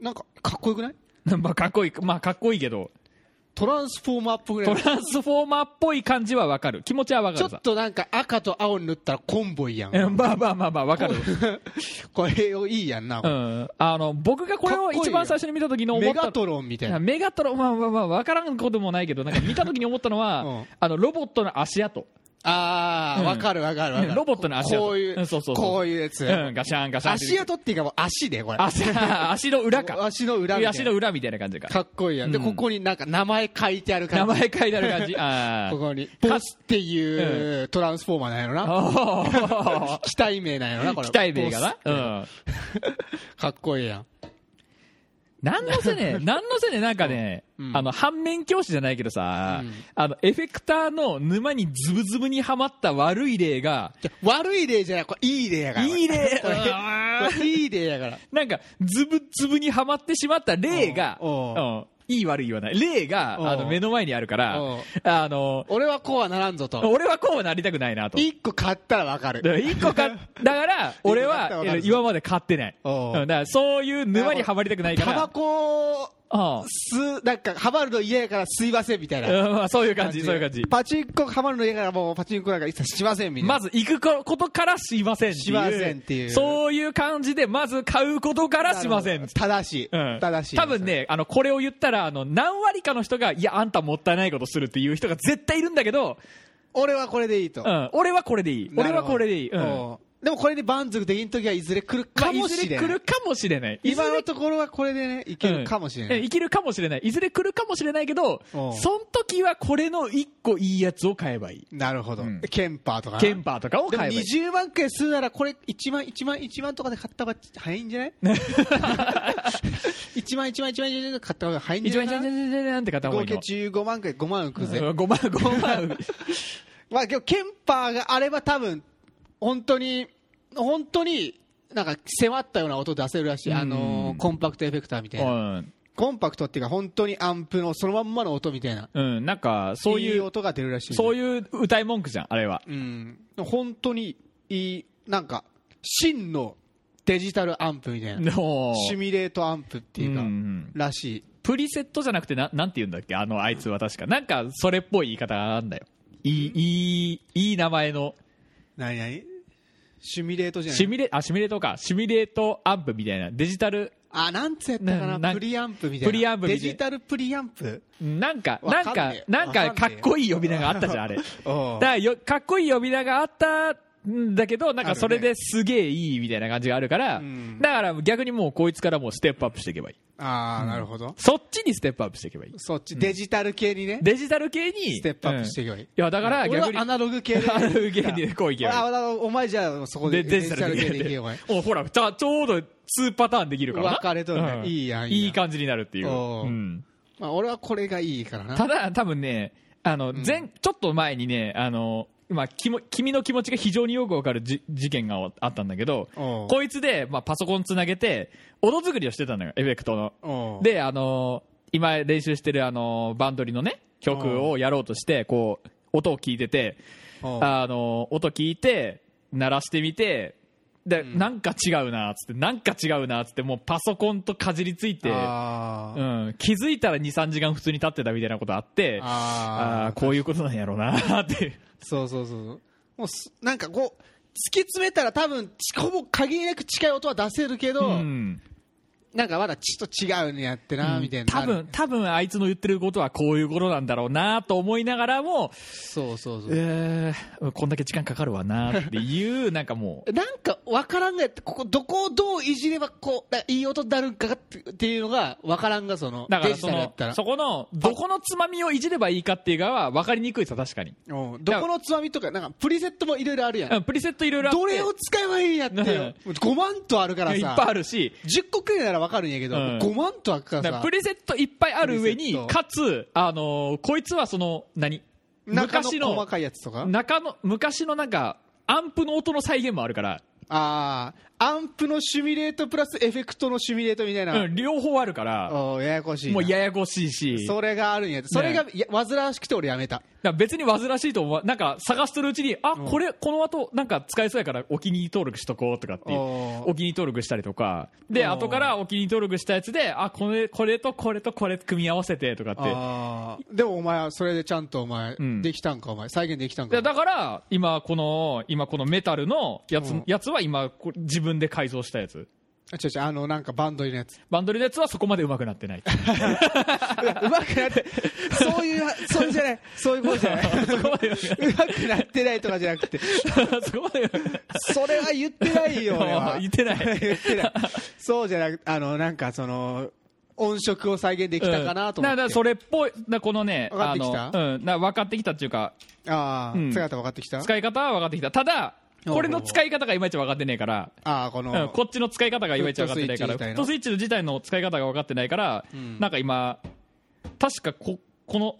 Speaker 3: なんかかっこよくない
Speaker 1: [laughs] まあかっこいいまあかっこいいけど
Speaker 3: トランスフォーマーっぽくな
Speaker 1: ト
Speaker 3: い
Speaker 1: ランスフォーマーっぽい感じはわかる気持ちはわか
Speaker 3: ちょ
Speaker 1: るさ
Speaker 3: っとなんか赤と青塗ったらコンボイやん
Speaker 1: うんまあまあまあまあわか
Speaker 3: [laughs]
Speaker 1: る、
Speaker 3: これいいやんな、
Speaker 1: うん、あの僕がこれを一番最初に見た時の思
Speaker 3: メ
Speaker 1: った
Speaker 3: ガトロンみたい
Speaker 1: いや
Speaker 3: な
Speaker 1: メガトロンまあまあまあわからんこともないけどなんか見た時に思ったのは、
Speaker 3: [laughs] うん
Speaker 1: あのロボットの足跡、
Speaker 3: あー
Speaker 1: うん
Speaker 3: わ、かるわかるわかる
Speaker 1: ロボットの足跡
Speaker 3: こういう
Speaker 1: うんそうそうそう
Speaker 3: こういうやつ、
Speaker 1: うん、ガシャンガシャンって
Speaker 3: 足跡っていうかもう足でこれ
Speaker 1: 足足の裏か
Speaker 3: 足の裏みたいな
Speaker 1: 足の裏みたいな感じか
Speaker 3: かっこいいやん、で
Speaker 1: うん
Speaker 3: ここになんか名前書いてある感
Speaker 1: 名
Speaker 3: じ
Speaker 1: 前書いてある
Speaker 3: [laughs]
Speaker 1: 感じあ
Speaker 3: ここにボスっていう、トランスフォーマーなんやろな [laughs]
Speaker 1: あ
Speaker 3: 機体名なんやろなこれ
Speaker 1: [laughs] 期待名がな、う
Speaker 3: ボス
Speaker 1: ん、
Speaker 3: かっこいいやん
Speaker 1: 何のせね何のせねなんかね、
Speaker 3: うん
Speaker 1: あの反面教師じゃないけどさ、
Speaker 3: うん
Speaker 1: あのエフェクターの沼にズブズブにはまった悪い例が
Speaker 3: じゃ悪い例じゃないこれいい例やから
Speaker 1: いい例
Speaker 3: [laughs] これこれいい例やから
Speaker 1: [laughs] なんかズブズブにはまってしまった例が、
Speaker 3: おう
Speaker 1: うんいい悪い言わない例
Speaker 3: おう
Speaker 1: があの目の前にあるから
Speaker 3: おう
Speaker 1: あの
Speaker 3: 俺はこうはならんぞと
Speaker 1: 俺はこうはなりたくないなと
Speaker 3: 一個買ったらわかる
Speaker 1: だから一個買っ
Speaker 3: [laughs]
Speaker 1: だから俺
Speaker 3: 一個買ったら
Speaker 1: は
Speaker 3: 分かるぞ
Speaker 1: 今まで買ってない
Speaker 3: お
Speaker 1: う
Speaker 3: うん
Speaker 1: だからそういう沼にはまりたくないか
Speaker 3: タバ
Speaker 1: ら
Speaker 3: コを
Speaker 1: うん
Speaker 3: 吸うなんかハマるの嫌やからすいませんみたい
Speaker 1: う
Speaker 3: な
Speaker 1: んまあそういう感じそういう感じ
Speaker 3: パチンコハマるの嫌やからもうパチンコなんか一切しませんみたいな
Speaker 1: まず行くことからしませんっていう
Speaker 3: しませんっていう
Speaker 1: そういう感じでまず買うことからしません
Speaker 3: 正しい、
Speaker 1: うん
Speaker 3: 正しい
Speaker 1: 多分ねあのこれを言ったらあの何割かの人がいやあんたもったいないことするっていう人が絶対いるんだけど、
Speaker 3: 俺はこれでいいと、
Speaker 1: うん、俺はこれでいい俺はこれでいい、う
Speaker 3: なる
Speaker 1: ん
Speaker 3: ほどでもこれで満足できん時はいずれ来る
Speaker 1: まあ
Speaker 3: かもしれない,、
Speaker 1: ずれ来るかもしれない。
Speaker 3: 今の
Speaker 1: いずれ
Speaker 3: ところはこれでねいけるかもしれない、
Speaker 1: うんえ生きるかもしれない。いずれ来るかもしれないけど、
Speaker 3: おう
Speaker 1: その時はこれの一個いいやつを買えばいい。
Speaker 3: なるほど、
Speaker 1: うん
Speaker 3: ケンパーとかな
Speaker 1: ケンパーとかを
Speaker 3: でも
Speaker 1: 買えばいい。
Speaker 3: 20万くらいするならこれ1万1万1万とかで買った方が早いん
Speaker 1: [laughs]
Speaker 3: じゃない1万1万1万1万で買った方が早いん
Speaker 1: 一
Speaker 3: じゃ
Speaker 1: 番
Speaker 3: な
Speaker 1: 一
Speaker 3: いか
Speaker 1: 番
Speaker 3: な
Speaker 1: 一番なんて買った方がい
Speaker 3: 合
Speaker 1: い
Speaker 3: 計
Speaker 1: の。
Speaker 3: 15万くらい5万浮くぜ、
Speaker 1: 5万、5万。
Speaker 3: まあ、けどケンパーがあれば多分本当に本当になんか迫ったような音出せるらしい、
Speaker 1: うん
Speaker 3: あのーコンパクトエフェクターみたいな、
Speaker 1: うん
Speaker 3: コンパクトっていうか本当にアンプのそのまんまの音みたいな
Speaker 1: うん、なんか、そういう、
Speaker 3: 音が出るらしい
Speaker 1: そう
Speaker 3: い
Speaker 1: いう歌い文句じゃん、あれは。
Speaker 3: う、ん、本当にいいなんか真のデジタルアンプみたいな
Speaker 1: の
Speaker 3: シミュレートアンプっていうか、
Speaker 1: んん
Speaker 3: らしい
Speaker 1: プリセットじゃなくてな、なんて言うんだっけ、あの、あいつは確か。なんか、それっぽい言い方があるんだよ。いい、いい、いい名前の、
Speaker 3: 何何シミュレートじゃない
Speaker 1: シミュレ、あ、シミュレートか。シミュレートアンプみたいな、デジタル、
Speaker 3: あなんつやったかな
Speaker 1: なな
Speaker 3: プリアンプみたいな
Speaker 1: プリアンプみた
Speaker 3: デ
Speaker 1: いな
Speaker 3: ジタルプリアンプ
Speaker 1: なんか、な
Speaker 3: わ
Speaker 1: ん
Speaker 3: かん
Speaker 1: か
Speaker 3: ねえ、
Speaker 1: なんか、
Speaker 3: わか
Speaker 1: か
Speaker 3: んねえ
Speaker 1: っこいい呼び名があったじゃん、あれ。だか
Speaker 3: お
Speaker 1: らよ、かっこいい呼び名があったんだけど、なん
Speaker 3: ある
Speaker 1: か
Speaker 3: ね
Speaker 1: それですげえいいみたいな感じがあるから、
Speaker 3: うん
Speaker 1: だから逆にもうこいつからもうステップアップしていけばいい。
Speaker 3: ああなるほど
Speaker 1: そっちにステップアップしていけばいい。
Speaker 3: そっちデジタル系にね
Speaker 1: デジタル系に。
Speaker 3: ステップアップしていけばいい
Speaker 1: うんいや、だから
Speaker 3: 俺
Speaker 1: 逆
Speaker 3: は
Speaker 1: に。
Speaker 3: アナログ系で
Speaker 1: アナログ系にこういけばいい
Speaker 3: ああお前じゃあそこで
Speaker 1: で、
Speaker 3: デ
Speaker 1: デ
Speaker 3: ジ
Speaker 1: ジ
Speaker 3: タ
Speaker 1: タ
Speaker 3: ル
Speaker 1: ル
Speaker 3: 系
Speaker 1: 系
Speaker 3: でいけ
Speaker 1: で
Speaker 3: よお前。
Speaker 1: おほら、ちゃちょうど2パターンできるからな。
Speaker 3: 分かれとるね
Speaker 1: うん
Speaker 3: いいやんいいやん
Speaker 1: いい感じになるっていう。
Speaker 3: おう
Speaker 1: うん
Speaker 3: まあ俺はこれがいいから
Speaker 1: [laughs]
Speaker 3: な
Speaker 1: ただ、多分ね、あの、前、ちょっと前にね、あの、まあ、きも君の気持ちが非常によくわかるじ事件があったんだけど、
Speaker 3: おう
Speaker 1: こいつで、まあ、パソコンつなげて、音作りをしてたのよ、エフェクトの。
Speaker 3: おう
Speaker 1: で、あのー今練習してる、あのーバンドリのね、曲をやろうとして、こう、音を聞いてて、
Speaker 3: おう
Speaker 1: あのー音聞いて、鳴らしてみて、で、なんか違うな、つって、なんか違うな、つって、もうパソコンとかじりついて、
Speaker 3: あ
Speaker 1: う
Speaker 3: ー
Speaker 1: ん、気づいたら2、3時間普通に立ってたみたいなことあって、あ
Speaker 3: あ
Speaker 1: あー
Speaker 3: ー
Speaker 1: こういうことなんやろうな、 [laughs] っていう。
Speaker 3: そうそうそうそうもうすなんかこう突き詰めたら多分ちほぼ限りなく近い音は出せるけど、
Speaker 1: うん
Speaker 3: なんかまだちょっと違うのやってなみたいな
Speaker 1: 多分、多分あいつの言ってることはこういうことなんだろうなと思いながらも、
Speaker 3: そうそうそう
Speaker 1: えー、こんだけ時間かかるわなっていう、 [laughs] なんかもう、
Speaker 3: なんか分からんがやってここどこをどういじればこうだいい音になるんかってっていうのが分からんがその
Speaker 1: だか
Speaker 3: デ
Speaker 1: ら
Speaker 3: ジ
Speaker 1: そ
Speaker 3: タルだっ
Speaker 1: の
Speaker 3: たら、
Speaker 1: そこの、どこのつまみをいじればいいかっていう側は分かりにくいさ、確かに。
Speaker 3: うんどこのつまみとかなんかプリセットもいろいろあるやん、
Speaker 1: うんプリセットいろいろあって。
Speaker 3: どれを使えばいいんやってよ
Speaker 1: うん
Speaker 3: もう5万とあるから
Speaker 1: いっぱい
Speaker 3: さ
Speaker 1: あるし、
Speaker 3: 10個くらいなら分かるんやけど、
Speaker 1: う
Speaker 3: 五
Speaker 1: ん
Speaker 3: 5万とある
Speaker 1: だ
Speaker 3: から
Speaker 1: から
Speaker 3: さ
Speaker 1: プリセットいっぱいある上
Speaker 3: プリ
Speaker 1: に
Speaker 3: セット、
Speaker 1: かつ、あのーこいつはその、何
Speaker 3: 中
Speaker 1: 昔
Speaker 3: の細
Speaker 1: の、
Speaker 3: かいやつとか
Speaker 1: 中の、昔のなんか、アンプの音の再現もあるから、
Speaker 3: ああアンプのシミュレートプラスエフェクトのシミュレートみたいな、
Speaker 1: うん、両方あるから、
Speaker 3: おーややこしいな
Speaker 1: もうややこしいし、だか
Speaker 3: それがあるんやそれがいや煩わしくて俺やめた
Speaker 1: ら別に煩わしいと思わ、なんか探してるうちに、あ、これ、この後、なんか使えそうやからお気に入り登録しとこうとかっていう
Speaker 3: おー
Speaker 1: お気に入り登録したりとか、で、
Speaker 3: おー
Speaker 1: 後からお気に入り登録したやつで、あ、これ、これとこれとこれ組み合わせてとかって。
Speaker 3: あーでもお前はそれでちゃんとお前、
Speaker 1: ん
Speaker 3: できたんかお前再現できたんか
Speaker 1: でだから、今この、今このメタルのやつ、
Speaker 3: うん
Speaker 1: やつは今、こ自分で改造したやつ。
Speaker 3: あ違う違うあのなんかバンドリのやつ
Speaker 1: バンドリのやつはそこまで上手くなってない。
Speaker 3: [laughs] うまくなってそういうそういうじゃないそう [laughs] いうことじゃない
Speaker 1: そこまで上手くな
Speaker 3: うまくなってないとかじゃなくて
Speaker 1: いそこまで上手くない
Speaker 3: それは言ってない [laughs] よ俺は
Speaker 1: 言ってない
Speaker 3: [laughs] 言ってないそうじゃなくあのなんかその音色を再現できたかなと思
Speaker 1: う
Speaker 3: っ
Speaker 1: んだ
Speaker 3: て、
Speaker 1: からそれっぽいだこのね
Speaker 3: 分かってきた
Speaker 1: あのうん、だから分かってきたっていうか
Speaker 3: ああ、
Speaker 1: うん
Speaker 3: 姿分かってきた
Speaker 1: 使い方は分かってきたただ
Speaker 3: おう
Speaker 1: これの使い方がいまいち分かってねえから、
Speaker 3: ああこ
Speaker 1: う
Speaker 3: の、
Speaker 1: ん、こっちの使い方がいまいち分かってないから
Speaker 3: フ
Speaker 1: フ
Speaker 3: ッ
Speaker 1: ッ
Speaker 3: ト
Speaker 1: ト
Speaker 3: ス
Speaker 1: スイッチ自体の使い方が分かってないから、
Speaker 3: うん
Speaker 1: なんか今確かここの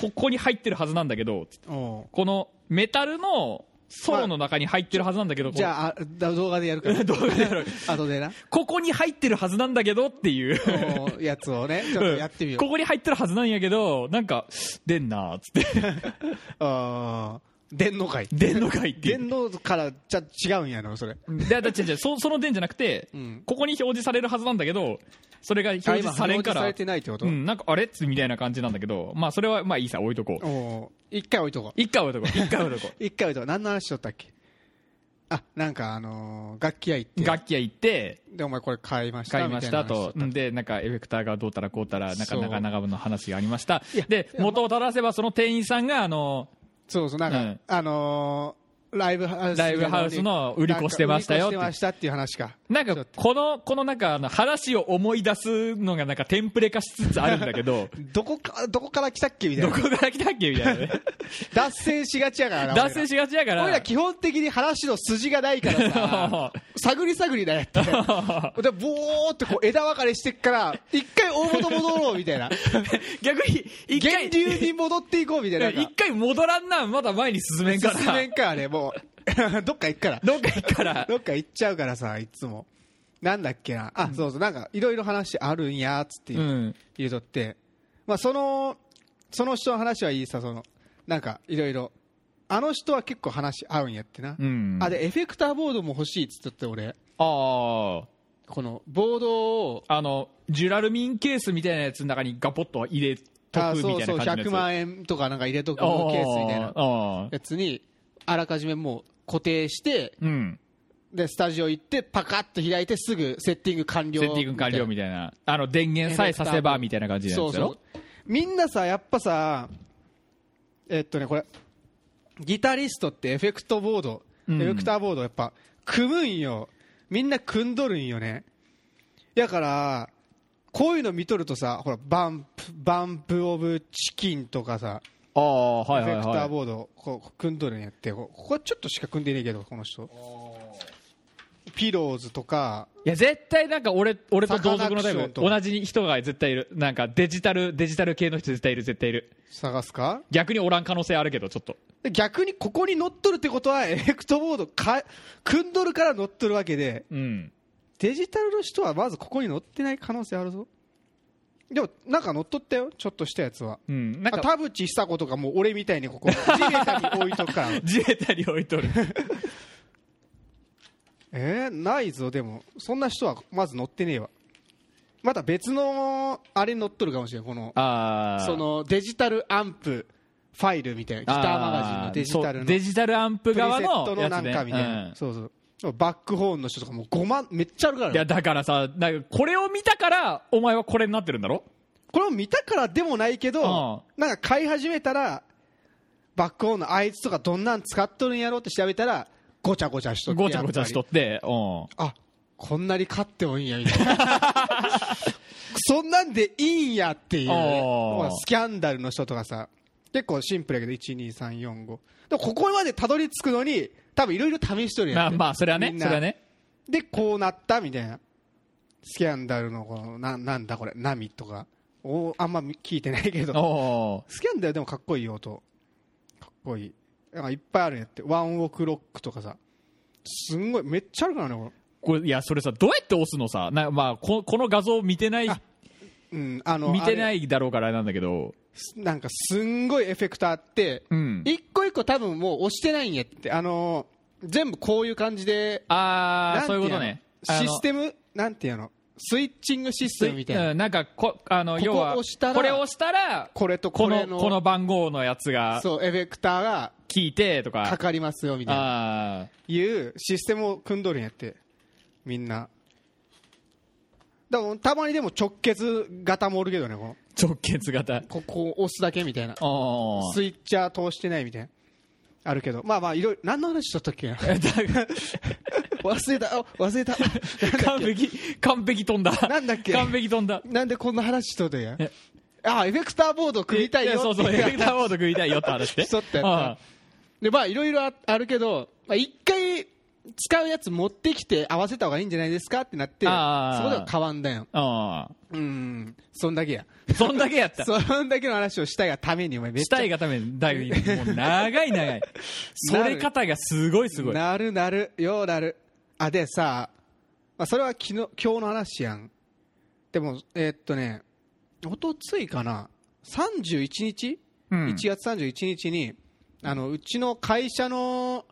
Speaker 1: ここに入ってるはずなんだけど
Speaker 3: おう
Speaker 1: このメタルのソロの中に入ってるはずなんだけど、
Speaker 3: じゃああだ動画でやるか
Speaker 1: こ [laughs] う
Speaker 3: ら
Speaker 1: どうやろう
Speaker 3: [laughs] 後でな
Speaker 1: ここに入ってるはずなんだけどっていう
Speaker 3: こうやつをねちょっとやってみよう
Speaker 1: ここに入ってるはずなんやけどなんか出んなーっつって
Speaker 3: ああ電脳界
Speaker 1: 出んのかいっていう
Speaker 3: 電脳からじゃ違うんやなそれ
Speaker 1: だだ違う違うそその電じゃなくて、
Speaker 3: うん
Speaker 1: ここに表示されるはずなんだけどそれが表示されんか
Speaker 3: あ今表示さ
Speaker 1: ら
Speaker 3: れてないってこと
Speaker 1: うん、なんかあれっつみたいな感じなんだけどまあそれはまあいいさ置いとこう
Speaker 3: おう一回置いとこう
Speaker 1: 一回置いとこう一回置いとこ
Speaker 3: 一回置いとこう何の話しとったっけあなんかあのー楽器屋行っ [laughs]
Speaker 1: う
Speaker 3: て
Speaker 1: 楽器屋行って
Speaker 3: でお前これ買いました
Speaker 1: 買いました
Speaker 3: みたいな
Speaker 1: と
Speaker 3: 話しとっ
Speaker 1: でなんかエフェクターがどうたらこうたらなん
Speaker 3: そ
Speaker 1: か
Speaker 3: う
Speaker 1: 長々の話がありました
Speaker 3: いや
Speaker 1: で
Speaker 3: ま
Speaker 1: 元を正せばその店員さんがあの
Speaker 3: そうそうなんか、
Speaker 1: うん
Speaker 3: あのーライブハウス
Speaker 1: ライブハウスの売り子してましたよ
Speaker 3: 売
Speaker 1: って
Speaker 3: り子してましたっていう話か
Speaker 1: なん
Speaker 3: ちょっ
Speaker 1: かこのこのなんかあの話を思い出すのがなんかテンプレ化しつつあるんだけど
Speaker 3: どこかどこから来たっけ [laughs] みたい
Speaker 1: ど
Speaker 3: な
Speaker 1: こから来たっけみたいなね
Speaker 3: 脱線しがちやからな
Speaker 1: 脱線しがちやか
Speaker 3: 俺ら
Speaker 1: ら
Speaker 3: 俺ら基本的に話の筋がないから
Speaker 1: [laughs]
Speaker 3: さ探り探りだよってでボーってこう枝分かれしてっから一回大元戻ろうみたいな
Speaker 1: 逆に [laughs] 一回
Speaker 3: 源流に戻っていこうみたいななん
Speaker 1: 一
Speaker 3: か
Speaker 1: 回戻らんなまだ前に進めんから
Speaker 3: 進めんからねもう [laughs] どっか行くから
Speaker 1: どっか行くから
Speaker 3: どっか行っちゃうからさいつもなんだっけなあ、そうそうなんかいろいろ話あるんやーっつって
Speaker 1: う
Speaker 3: [laughs] 言う,、
Speaker 1: ん
Speaker 3: 言うとって、まあ、そのその人の話はいいさそのなんかいろいろあの人は結構話合うんやってな、
Speaker 1: うん
Speaker 3: あでエフェクターボードも欲しいっつってって俺
Speaker 1: あ
Speaker 3: このボードを
Speaker 1: ああのジュラルミンケースみたいなやつの中にガポッと入れと
Speaker 3: あ
Speaker 1: く
Speaker 3: そ
Speaker 1: み
Speaker 3: う
Speaker 1: たい
Speaker 3: そう
Speaker 1: な感じ
Speaker 3: 100
Speaker 1: のやつ
Speaker 3: 万円とかなんか入れとくケ
Speaker 1: あー
Speaker 3: ースみたいな
Speaker 1: あー
Speaker 3: やつにあらかじめもう固定して
Speaker 1: うん
Speaker 3: でスタジオ行ってパカッと開いてすぐセッティング完了
Speaker 1: セッティング完了みたいなあの電源さえさせばみたいな感じの
Speaker 3: そ
Speaker 1: や
Speaker 3: う
Speaker 1: つだろ
Speaker 3: そうみんなさやっぱさえっとねこれギタリストってエフェクトボード、
Speaker 1: うん
Speaker 3: エフェクターボードやっぱ組むんよみんな組んどるんよねやからこういうの見とるとさほらバンプバンプオブチキンとかさ、
Speaker 1: ああはいはい
Speaker 3: エフェクタ
Speaker 1: は
Speaker 3: ーボードこう組んどるんやってこここはちょっとしか組んでねえけどこの人ピローズとか
Speaker 1: いいや絶対なんか俺俺と同族のタ
Speaker 3: サカナクショ
Speaker 1: イ
Speaker 3: ン
Speaker 1: プ
Speaker 3: とか
Speaker 1: 同じ人が絶対いるなんかデジタルデジタル系の人絶対いる絶対いる
Speaker 3: 探すか
Speaker 1: 逆におらん可能性あるけどちょっと
Speaker 3: で逆にここに乗っとるってことはエフェクトボードか組んどるから乗っとるわけで
Speaker 1: うん
Speaker 3: デジタルの人はまずここに乗ってない可能性あるぞでもなんか乗っとったよちょっとしたやつは
Speaker 1: うんなん
Speaker 3: あ
Speaker 1: か
Speaker 3: 田淵久子とかもう俺みたいにここ地べたに置いとくから
Speaker 1: 地べたに置いとる
Speaker 3: [laughs] えー、ないぞでもそんな人はまず乗ってねえわまた別のあれに乗っとるかもしれんこの
Speaker 1: ああ
Speaker 3: そのデジタルアンプファイルみたいなギターマガジンのデジタル
Speaker 1: そう
Speaker 3: の
Speaker 1: デジタルアンプ
Speaker 3: プリセ
Speaker 1: 側
Speaker 3: ット
Speaker 1: の
Speaker 3: の
Speaker 1: や
Speaker 3: な
Speaker 1: つ
Speaker 3: ん
Speaker 1: ね
Speaker 3: かみたいな、
Speaker 1: うん
Speaker 3: そうそうバックホーンの人とかもう5万めっちゃあるから
Speaker 1: いやだからさなんかこれを見たからお前はこれになってるんだろ
Speaker 3: これも見たからでもないけど、なんか買い始めたらバックホーンのあいつとかどんなん使っとるんやろうって調べたらごちゃごちゃしとって
Speaker 1: ごちゃごちゃしと
Speaker 3: やっ
Speaker 1: ってうん
Speaker 3: ぱりあこんなに買ってもいいんやみたいな [laughs] そんなんでいいんやっていう
Speaker 1: あー
Speaker 3: ほらスキャンダルの人とかさ結構シンプルやけど12345でもここまでたどり着くのに多分いろいろ試しとるやん
Speaker 1: まあまあそれはね
Speaker 3: みんな
Speaker 1: それはね
Speaker 3: でこうなったみたいなスキャンダルのこのななんだこれナミとかおあんま聞いてないけど
Speaker 1: お
Speaker 3: スキャンダルでもかっこいいよとかっこいいなんかいっぱいあるんやってワンオクロックとかさすんごいめっちゃあるからねこ
Speaker 1: これいやそれさどうやって押すのさなまあここの画像を見てない
Speaker 3: れ、うん、あの
Speaker 1: 見てないいだろうからあれなんだけど
Speaker 3: なんかすんごいエフェクターって、
Speaker 1: うん
Speaker 3: 一個一個多分もう押してないんやってあの全部こういう感じで
Speaker 1: あ
Speaker 3: な
Speaker 1: あ
Speaker 3: ん
Speaker 1: そ
Speaker 3: て
Speaker 1: う
Speaker 3: い
Speaker 1: いううこ
Speaker 3: の
Speaker 1: とね
Speaker 3: システムなんていうのスイッチングシステムみたいな
Speaker 1: うんなんかこあの
Speaker 3: ここ
Speaker 1: 要は
Speaker 3: 押したら
Speaker 1: これを押したら
Speaker 3: これとこ
Speaker 1: こ
Speaker 3: れ
Speaker 1: の
Speaker 3: の
Speaker 1: この番号のやつが
Speaker 3: そうエフェクターが
Speaker 1: 聞いてと
Speaker 3: か
Speaker 1: か
Speaker 3: かりますよみたいな
Speaker 1: あ
Speaker 3: いうシステムを組んどるんやってみんなだからたまにでも直結型もおるけどねこの
Speaker 1: ー直結型
Speaker 3: ここを押すだけみたいな
Speaker 1: おー
Speaker 3: スイッチャー通してないみたいなあるけどまあまあいろいろ何の話しとったっけな忘れたあ忘れた
Speaker 1: 完璧完璧飛んだ
Speaker 3: なんだっけ
Speaker 1: 完璧飛んだ
Speaker 3: なんでこんな話しとったんや
Speaker 1: え
Speaker 3: あエフェクターボード組みたいよ
Speaker 1: やそうそうエフェクターボード
Speaker 3: ド
Speaker 1: 食いたいよって話して
Speaker 3: [laughs] しとったやつ
Speaker 1: あ
Speaker 3: でまあいろいろああるけどまあ一回使うやつ持ってきて合わせた方がいいんじゃないですかってなってそ
Speaker 1: あー
Speaker 3: こでは変わんだよ
Speaker 1: ーあ
Speaker 3: うんそんだけや
Speaker 1: ーそんだけやった
Speaker 3: そんだけの話をしたいがためにお前めっ
Speaker 1: し
Speaker 3: ちゃ
Speaker 1: たいがためにだいぶもう長い長いそれ方がすごいすごい
Speaker 3: なるなるようなるあでさ、まあ、それは昨日今日の話やんでもえーっとねおとついかな31日、
Speaker 1: うん
Speaker 3: 1月31日にあのうちの会社の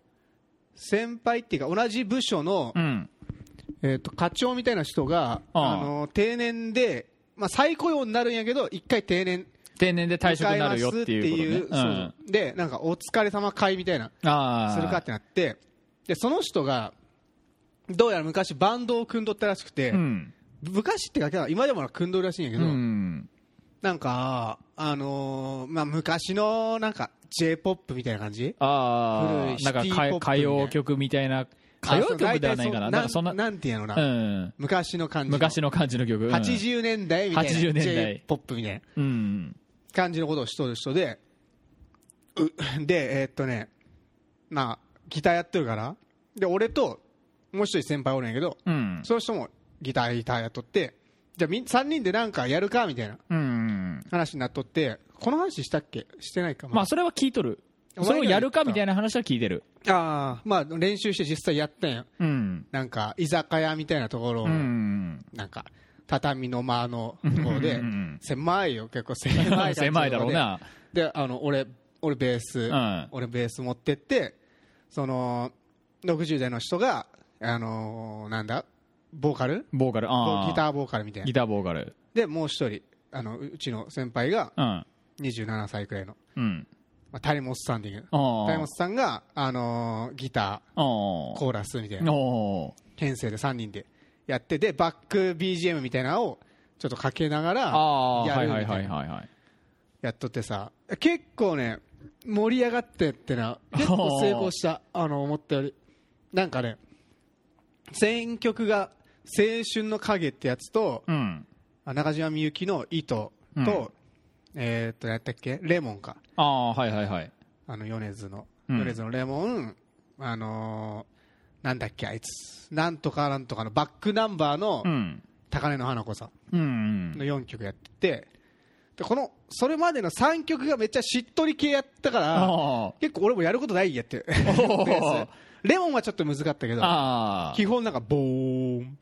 Speaker 3: 先輩っていうか同じ部署の、
Speaker 1: うん
Speaker 3: えー、と課長みたいな人が
Speaker 1: あ
Speaker 3: あ
Speaker 1: あ
Speaker 3: の定年で、まあ、再雇用になるんやけど一回定年
Speaker 1: 定年で退職
Speaker 3: 迎
Speaker 1: に
Speaker 3: え
Speaker 1: な
Speaker 3: ま
Speaker 1: るよっ
Speaker 3: すって
Speaker 1: てい
Speaker 3: いうう
Speaker 1: こと
Speaker 3: そう
Speaker 1: ね
Speaker 3: そううんでなんかお疲れ様会みたいな
Speaker 1: ああ
Speaker 3: するかってなってでその人がどうやら昔バンドを組んどったらしくて、
Speaker 1: うん
Speaker 3: 昔ってか今でもなんか組んどるらしいんやけ
Speaker 1: う
Speaker 3: ど、
Speaker 1: ん
Speaker 3: なんか、あのーまあ、昔のなんか j p o p みたいな感じ
Speaker 1: ああ、なんか
Speaker 3: 古いシティ
Speaker 1: か
Speaker 3: ポップみた
Speaker 1: 歌
Speaker 3: いな
Speaker 1: 謡曲みたいな、歌謡曲ではないかな、
Speaker 3: あ
Speaker 1: なんか
Speaker 3: そ
Speaker 1: そ
Speaker 3: うん
Speaker 1: な、
Speaker 3: 大体そうなんなんていうのか
Speaker 1: う
Speaker 3: な、
Speaker 1: ん、
Speaker 3: 昔の感じの
Speaker 1: 昔の感じの曲。うん、
Speaker 3: 80年代みたいな
Speaker 1: 80年代
Speaker 3: j p o p みたいな
Speaker 1: うん。
Speaker 3: 感じのことをしとる人でう [coughs] でえーっとねまあギターやってるからで俺ともう一人先輩おるんやけど
Speaker 1: うん。
Speaker 3: その人もギターギターやっとってじゃあみん3人でなんかやるかみたいな
Speaker 1: うん。
Speaker 3: 話になっとってこの話したっけしてないか
Speaker 1: まあ、それは聞いとる。
Speaker 3: お
Speaker 1: そ
Speaker 3: 前
Speaker 1: れ
Speaker 3: には
Speaker 1: をやるかみたいな話は聞いてる。
Speaker 3: ああまあ練習して実際やったんや
Speaker 1: うん。
Speaker 3: なんか居酒屋みたいなところを、
Speaker 1: うん。
Speaker 3: なんか畳の間のところで
Speaker 1: うんうん
Speaker 3: 狭いよ結構狭
Speaker 1: [laughs]
Speaker 3: い感じのところで
Speaker 1: 狭いだろうな。
Speaker 3: であの俺俺ベース、
Speaker 1: うん
Speaker 3: [laughs] 俺ベース持ってってその60代の人があのーなんだボーカル
Speaker 1: ボーカル、あ
Speaker 3: ギ
Speaker 1: ー
Speaker 3: ターボーカルみたい
Speaker 1: ギ
Speaker 3: な
Speaker 1: ターボーカル。
Speaker 3: でもう一人あのうちの先輩が
Speaker 1: うん。
Speaker 3: 27歳くらいの、
Speaker 1: うん。
Speaker 3: まあ、谷本さんでいう
Speaker 1: あ
Speaker 3: 谷
Speaker 1: ー
Speaker 3: 本さんが、あのーギ
Speaker 1: あ
Speaker 3: タ
Speaker 1: ー。
Speaker 3: ーコーラスみたいな
Speaker 1: おー
Speaker 3: 編成で3人でやってでバック BGM みたいなのをちょっとかけながら
Speaker 1: あー
Speaker 3: や
Speaker 1: は
Speaker 3: る
Speaker 1: い
Speaker 3: みた
Speaker 1: はいい
Speaker 3: な
Speaker 1: はいはいはい。
Speaker 3: やっとってさ結構ね盛り上がってってな結構成功
Speaker 1: [laughs]
Speaker 3: したあの思ったよりなんかね選曲が「青春の影」ってやつと
Speaker 1: うん。
Speaker 3: あ中島みゆきの「糸」
Speaker 1: うん
Speaker 3: と、えーっと何やったっけ「レモンか」
Speaker 1: ああー、はいはいはい。
Speaker 3: あの米津の、
Speaker 1: うん
Speaker 3: 米津のレモンあのーなんだっけあいつなんとかなんとかのバックナンバーの
Speaker 1: うん。
Speaker 3: 高根の花子さん
Speaker 1: うんう
Speaker 3: の
Speaker 1: ん。
Speaker 3: 4曲やっててでこのそれまでの3曲がめっちゃしっとり系やったから
Speaker 1: あ
Speaker 3: 結構俺もやることないやってベ
Speaker 1: お
Speaker 3: ースレモンはちょっと難かったけ
Speaker 1: あ。
Speaker 3: ど
Speaker 1: ああ。
Speaker 3: 基本なんかボーン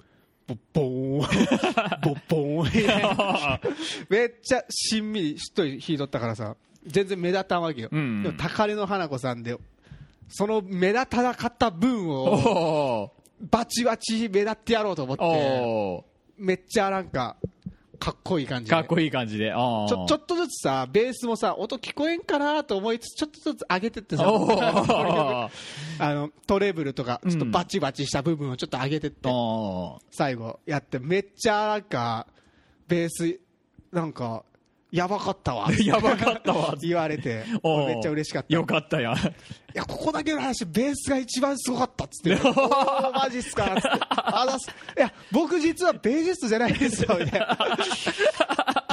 Speaker 3: ボッボ
Speaker 1: [laughs]
Speaker 3: ーンボッボーンめっちゃしんみりしっとり弾いとったからさ全然目立たんわけよ、
Speaker 1: うん
Speaker 3: でも高根の花子さんでその目立たなかった分
Speaker 1: お
Speaker 3: を
Speaker 1: ー
Speaker 3: バチバチ目立ってやろうと思って
Speaker 1: お
Speaker 3: めっちゃなんかかっこいい感
Speaker 1: ー
Speaker 3: じで
Speaker 1: かっこいい感じで。ああ。
Speaker 3: ちょちょっとずつさベースもさ音聞こえんかなと思いつつちょっとずつ上げてって
Speaker 1: [laughs]
Speaker 3: さ [laughs]
Speaker 1: お
Speaker 3: あのトレブルとかちょっとバチバチした部分をちょっと上げてって、
Speaker 1: お
Speaker 3: 最後やってめっちゃなんかベースなんかやばかった
Speaker 1: [laughs]
Speaker 3: わ
Speaker 1: やばかったわ
Speaker 3: 言われて
Speaker 1: おー
Speaker 3: [laughs] めっちゃ嬉しか [laughs] ったい
Speaker 1: よかったやん。
Speaker 3: やここだけの話ベースが一番すごかったっ
Speaker 1: [laughs]
Speaker 3: つっておーマジっすかっつってあざっすいや僕実はベーシストじゃないんですよみた
Speaker 1: [laughs]
Speaker 3: いな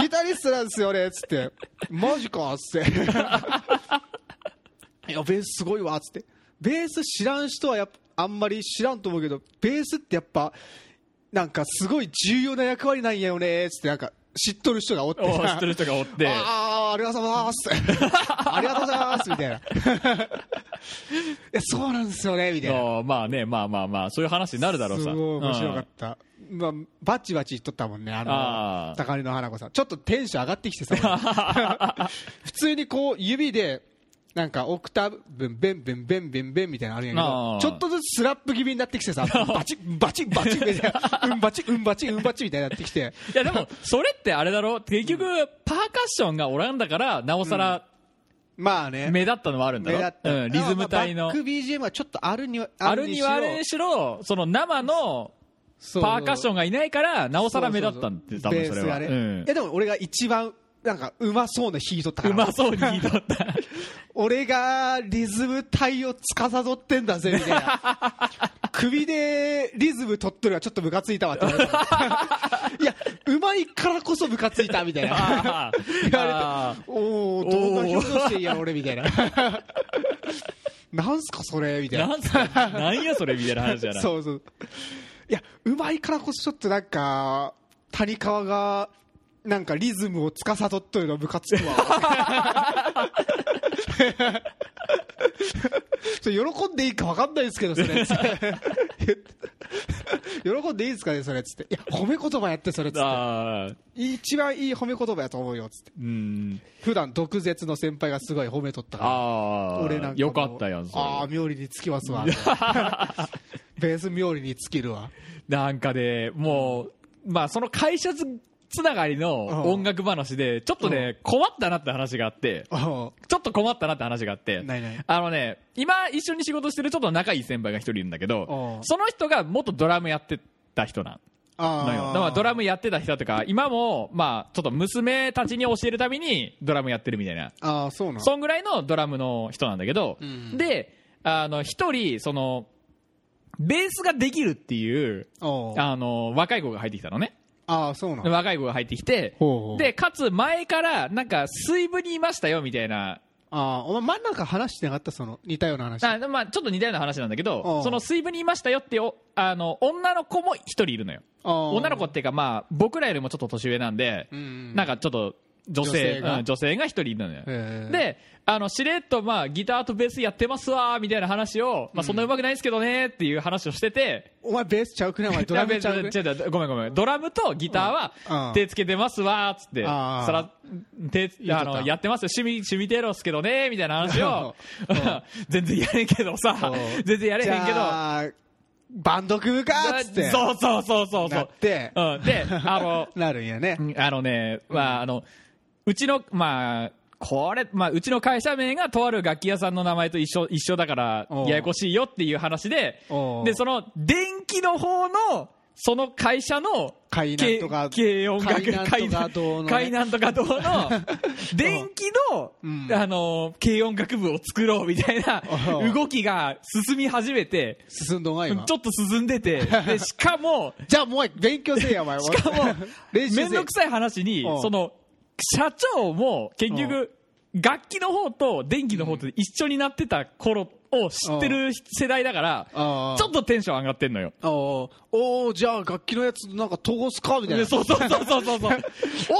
Speaker 3: ギタリストなんですよねっつってマジか
Speaker 1: [laughs]
Speaker 3: っつっていやベースすごいわっつってベース知らん人はやっぱあんまり知らんと思うけどベースってやっぱなんかすごい重要な役割なんやよねっつってなんか知っとる人がおって
Speaker 1: おー知ってる人がおって。
Speaker 3: ああ、ありがとうございます。
Speaker 1: [laughs]
Speaker 3: ありがとうございます。みたいな。いや、そうなんですよね、みたいな。
Speaker 1: あーまあね、まあまあまあ、そういう話になるだろう
Speaker 3: す
Speaker 1: さ。
Speaker 3: ごい面白か
Speaker 1: う
Speaker 3: っ
Speaker 1: ん
Speaker 3: た。まあ、バチバチ言っとったもんね、あ
Speaker 1: あ
Speaker 3: の、
Speaker 1: ー
Speaker 3: 高根の花子さん。ちょっとテンション上がってきて
Speaker 1: [laughs]
Speaker 3: さ、普通にこう、指で、なんかオクターブ、ベンベンベンベンベンみたいなのあるんやけ
Speaker 1: あ
Speaker 3: ど
Speaker 1: ー、
Speaker 3: ちょっとずつスラップ気味になってきてさ、バチッバチッバチッみたいな、うんバチッうんバチッうんバチッみたいになってきて、
Speaker 1: いやで
Speaker 3: [laughs]
Speaker 1: も、それってあれだろ結局、パーカッションがおらんだから、なおさら
Speaker 3: まあね。
Speaker 1: 目立ったのはあるんだ
Speaker 3: 目
Speaker 1: ろ
Speaker 3: 立った、
Speaker 1: うん、リズム体の
Speaker 3: バッ。ク BGM はちょっとあるには
Speaker 1: あるにはあれに
Speaker 3: し
Speaker 1: しろ、その生の
Speaker 3: ろ
Speaker 1: パーカッショ
Speaker 3: ン
Speaker 1: ンがいないから、なおさら目立ったんって、多分それは。う
Speaker 3: ベースがね
Speaker 1: ん
Speaker 3: いやでも俺が一番なんかうまそうな弾いとったか
Speaker 1: う
Speaker 3: ら
Speaker 1: まそうに言いと
Speaker 3: [laughs]
Speaker 1: った。
Speaker 3: 俺がリズム体を司ってんだぜみたいな
Speaker 1: [laughs]
Speaker 3: 首でリズム取っとるはちょっとムカついたわって
Speaker 1: [laughs]
Speaker 3: 思ったいやうまいからこそムカついたみたい
Speaker 1: [laughs]
Speaker 3: な
Speaker 1: あー
Speaker 3: 言わ
Speaker 1: あ
Speaker 3: れておおどんな表情してんや俺みた
Speaker 1: [laughs]
Speaker 3: いななんすかそれみた
Speaker 1: ー
Speaker 3: [laughs] いな
Speaker 1: なんすかなんやそれみたいな話やな。
Speaker 3: そうそういやうまいからこそちょっとなんか谷川がなんかリズムを司っとるの部活とは [laughs] それ喜んでいいか分かんないですけどそれ [laughs] つって喜んでいいですかねそれつっていや褒め言葉やってそれつって
Speaker 1: あー
Speaker 3: 一番いい褒め言葉やと思うよつって
Speaker 1: うん。
Speaker 3: 普段毒舌の先輩がすごい褒めとったから
Speaker 1: あ
Speaker 3: 俺なんか
Speaker 1: あ、
Speaker 3: も
Speaker 1: よかったやん、それ
Speaker 3: ああ妙利に尽きま
Speaker 1: [laughs]
Speaker 3: すわベース妙利に尽きるわ
Speaker 1: なんかで、もう、まあ、その会社つつながりの音楽話で、ちょっとね、困ったなって話があって、
Speaker 3: おう
Speaker 1: ちょっと困ったなって話があって、
Speaker 3: ないない
Speaker 1: あのね、今一緒に仕事してるちょっと仲いい先輩が一人いるんだけど
Speaker 3: う、ん
Speaker 1: その人が元ドラムやってた人なん。
Speaker 3: あ
Speaker 1: のよだからドラムやってた人とか今もまあちょっと娘たちに教えるためにドラムやってるみたいな
Speaker 3: ああそうなの
Speaker 1: そんぐらいのドラムの人なんだけど、
Speaker 2: うん
Speaker 1: であの一人そのベースができるっていう
Speaker 3: おう
Speaker 1: あの若い子が入ってきたのね
Speaker 3: ああそうなの
Speaker 1: 若い子が入ってきて
Speaker 3: ほうほう
Speaker 1: でかつ前からなんか水部にいましたよみたいな
Speaker 3: ああお前真ん中話してなかったその似たような話
Speaker 1: あまあ、ちょっと似たような話なんだけ
Speaker 3: う
Speaker 1: ど
Speaker 3: ん
Speaker 1: その水部にいましたよっておあの女の子も一人いるのよ女
Speaker 3: 女
Speaker 1: の子っていうか、まあ、僕らよりもちょっと年上なんで、なんかちょっと女性
Speaker 3: 女性が
Speaker 1: うん女性が一人いるのよ、
Speaker 3: へー
Speaker 1: であのしれっと、まあ、ギターとベースやってますわーみたいな話を、まあ、そんなうまくないですけどねーっていう話をしてて、
Speaker 3: お前ベースちゃうくねお前ドラムちゃうくね
Speaker 1: いや違う違うごめんごめんドラムとギター
Speaker 3: うん
Speaker 1: は手つけてますわーっつって
Speaker 3: あー
Speaker 1: さら手
Speaker 3: 言う
Speaker 1: あ
Speaker 3: とった
Speaker 1: のやってますよ趣味趣味程度っすけどねーみたいな話を
Speaker 3: [laughs] うん
Speaker 1: [laughs] 全然やれんけどさ
Speaker 3: うん
Speaker 1: 全然やれへんけ
Speaker 3: じ
Speaker 1: ど
Speaker 3: ゃあバンド組むかっつって
Speaker 1: そうそうそうそうそ
Speaker 3: な
Speaker 1: う
Speaker 3: っ、て
Speaker 1: うん、であの
Speaker 3: なるんやね
Speaker 1: うんあのね、まあ、あの、うちの、まあ、これ、まあ、うちの会社名がとある楽器屋さんの名前と一緒、一緒だから
Speaker 3: お、う
Speaker 1: ややこしいよっていう話で
Speaker 3: おう、
Speaker 1: で、その、電気の方の、その会社の、
Speaker 3: 海南とか
Speaker 1: 軽音楽、
Speaker 3: 海南とかどうのね
Speaker 1: 海南とかどうの、
Speaker 3: [laughs]
Speaker 1: 電気の、
Speaker 3: うん
Speaker 1: あの、軽音楽部を作ろうみたいな
Speaker 3: おう
Speaker 1: 動きが進み始めて、
Speaker 3: 進んどんが
Speaker 1: ちょ
Speaker 3: 今
Speaker 1: っと進んでて、でしか
Speaker 3: [laughs]
Speaker 1: も、
Speaker 3: じゃあもう勉強せえやお前
Speaker 1: しかも
Speaker 3: 練習せえ
Speaker 1: 面倒くさい話に
Speaker 3: うん
Speaker 1: その社長も結局楽器の方と電気の方と一緒になってた頃を知ってる世代だからち
Speaker 3: あー
Speaker 1: ょっとテンション上がってんのよ。
Speaker 3: おおじゃあ楽器のやつなんか通すかみたい
Speaker 1: で
Speaker 3: な
Speaker 1: そうそうそうそうそうそう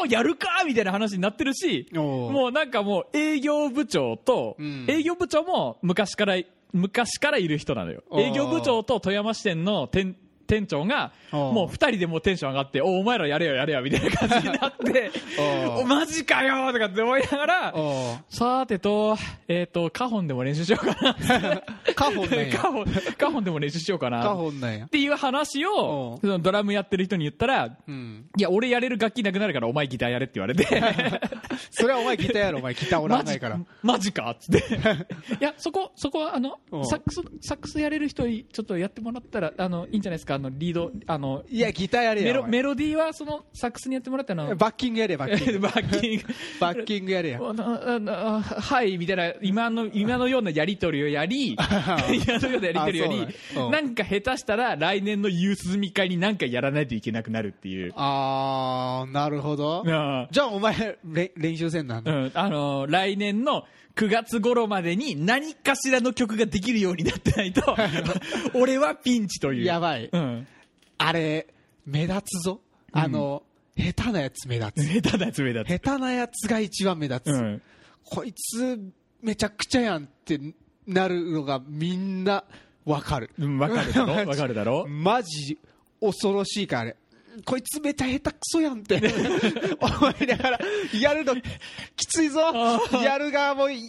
Speaker 1: おやるかみたいな話になってるし
Speaker 3: おう
Speaker 1: もうなんかもう営業部長と、
Speaker 3: うん
Speaker 1: 営業部長も昔から昔からいる人なのよ
Speaker 3: おう
Speaker 1: 営業部長と富山支店の店店長が
Speaker 3: おう
Speaker 1: もう2人でもうテンション上がっておお前らやれよやれよみたいな感じになって
Speaker 3: おう
Speaker 1: おマジかよとかって思いながら
Speaker 3: お
Speaker 1: さてと,、えー、とカホンでも練習しようかな
Speaker 3: カホンなんや
Speaker 1: カホンカホンでも練習しようかな
Speaker 3: カ
Speaker 1: っ
Speaker 3: ホンなんや
Speaker 1: ていう話
Speaker 3: お
Speaker 1: を
Speaker 3: う
Speaker 1: そのドラムやってる人に言ったら
Speaker 3: うん
Speaker 1: いや、俺やれる楽器なくなるから、お前ギターやれって言われて。
Speaker 3: それはお前ギターやろお前ギターおらんないから
Speaker 1: マジマジかっつ
Speaker 3: [laughs]
Speaker 1: って。いや、そこ、そこは、あの
Speaker 3: うん、
Speaker 1: サックス、サックスやれる人に、ちょっとやってもらったら、あの、いいんじゃないですか、あの、リード、あの、
Speaker 3: いやギターやれ
Speaker 1: メ
Speaker 3: や
Speaker 1: ロ
Speaker 3: お前
Speaker 1: メロディーは、その、サックスにやってもらったの。
Speaker 3: バッキングやれバッキ
Speaker 1: [laughs]
Speaker 3: ング
Speaker 1: バッキング。
Speaker 3: バッキングやれや
Speaker 1: あのあのはい、みたいな、今の、今のようなやりとりをや
Speaker 3: [laughs]
Speaker 1: り、今のようなやりとりをやり、
Speaker 3: あそうなんやうん
Speaker 1: なんか下手したら、来年の夕涼み会になんかやらないといけなくなるっていう。
Speaker 3: あーなるほど
Speaker 1: うん
Speaker 3: じゃあお前れ練習せんなん
Speaker 1: う
Speaker 3: だ
Speaker 1: ん、あのー来年の9月頃までに何かしらの曲ができるようになってないと
Speaker 3: [laughs]
Speaker 1: 俺はピンチという
Speaker 3: やばい
Speaker 1: うん、
Speaker 3: あれ目立つぞあの下手なやつ目立つ
Speaker 1: 下手だつ上だつ、
Speaker 3: 下手なやつが一番目立
Speaker 1: う
Speaker 3: つ
Speaker 1: ん、
Speaker 3: こいつめちゃくちゃやんってなるのがみんなわかる
Speaker 1: うんわかる
Speaker 3: [laughs]
Speaker 1: だろわかるだろ
Speaker 3: マジ恐ろしいからあれこいつめちゃ下手くそやんって
Speaker 1: [laughs]
Speaker 3: 思いながらやるのきついぞやる側もい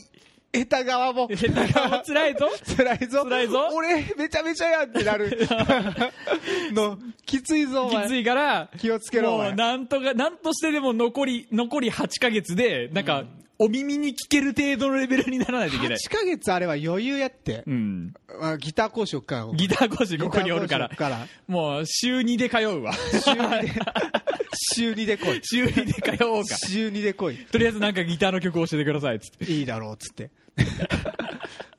Speaker 3: 下手側も
Speaker 1: 下手がつらいぞ
Speaker 3: 辛いぞ
Speaker 1: 辛いぞ
Speaker 3: 俺めちゃめちゃやんって
Speaker 1: [laughs]
Speaker 3: なるのきつい [laughs] ぞお
Speaker 1: きつ
Speaker 3: 前
Speaker 1: いから
Speaker 3: 気をつけろ
Speaker 1: も
Speaker 3: お前
Speaker 1: うなんとかなんとしてでも残り残り8ヶ月でなんか、お耳に聞ける程度のレベルにならないといけない、
Speaker 3: 8ヶ月あれは余裕やって
Speaker 1: うん、
Speaker 3: あギター講師おっから
Speaker 1: ギター講師ここにおるから
Speaker 3: ギター講師おっ
Speaker 1: もう週2で通う
Speaker 3: [laughs]
Speaker 1: わ [laughs]
Speaker 3: 週2で来い
Speaker 1: 週2で通おうか
Speaker 3: 週2で来い
Speaker 1: とりあえずなんかギターの曲を教えてくださいっつって
Speaker 3: [laughs] いいだろうっつって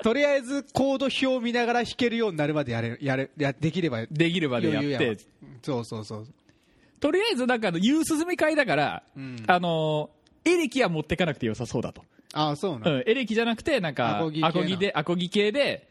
Speaker 3: とりあえずコード表を見ながら弾けるようになるまでやれるやれやできれば
Speaker 1: できるまでやっ
Speaker 3: 余裕やわ
Speaker 1: て
Speaker 3: そうそうそう
Speaker 1: とりあえずなんかあの夕涼み会だから、
Speaker 3: うん
Speaker 1: あのーエレキは持ってかなくて良さそうだと、
Speaker 3: ああそう
Speaker 1: う
Speaker 3: なん
Speaker 1: ん、エレキじゃなくてなんか
Speaker 3: アコギ系な
Speaker 1: でアコギ系で、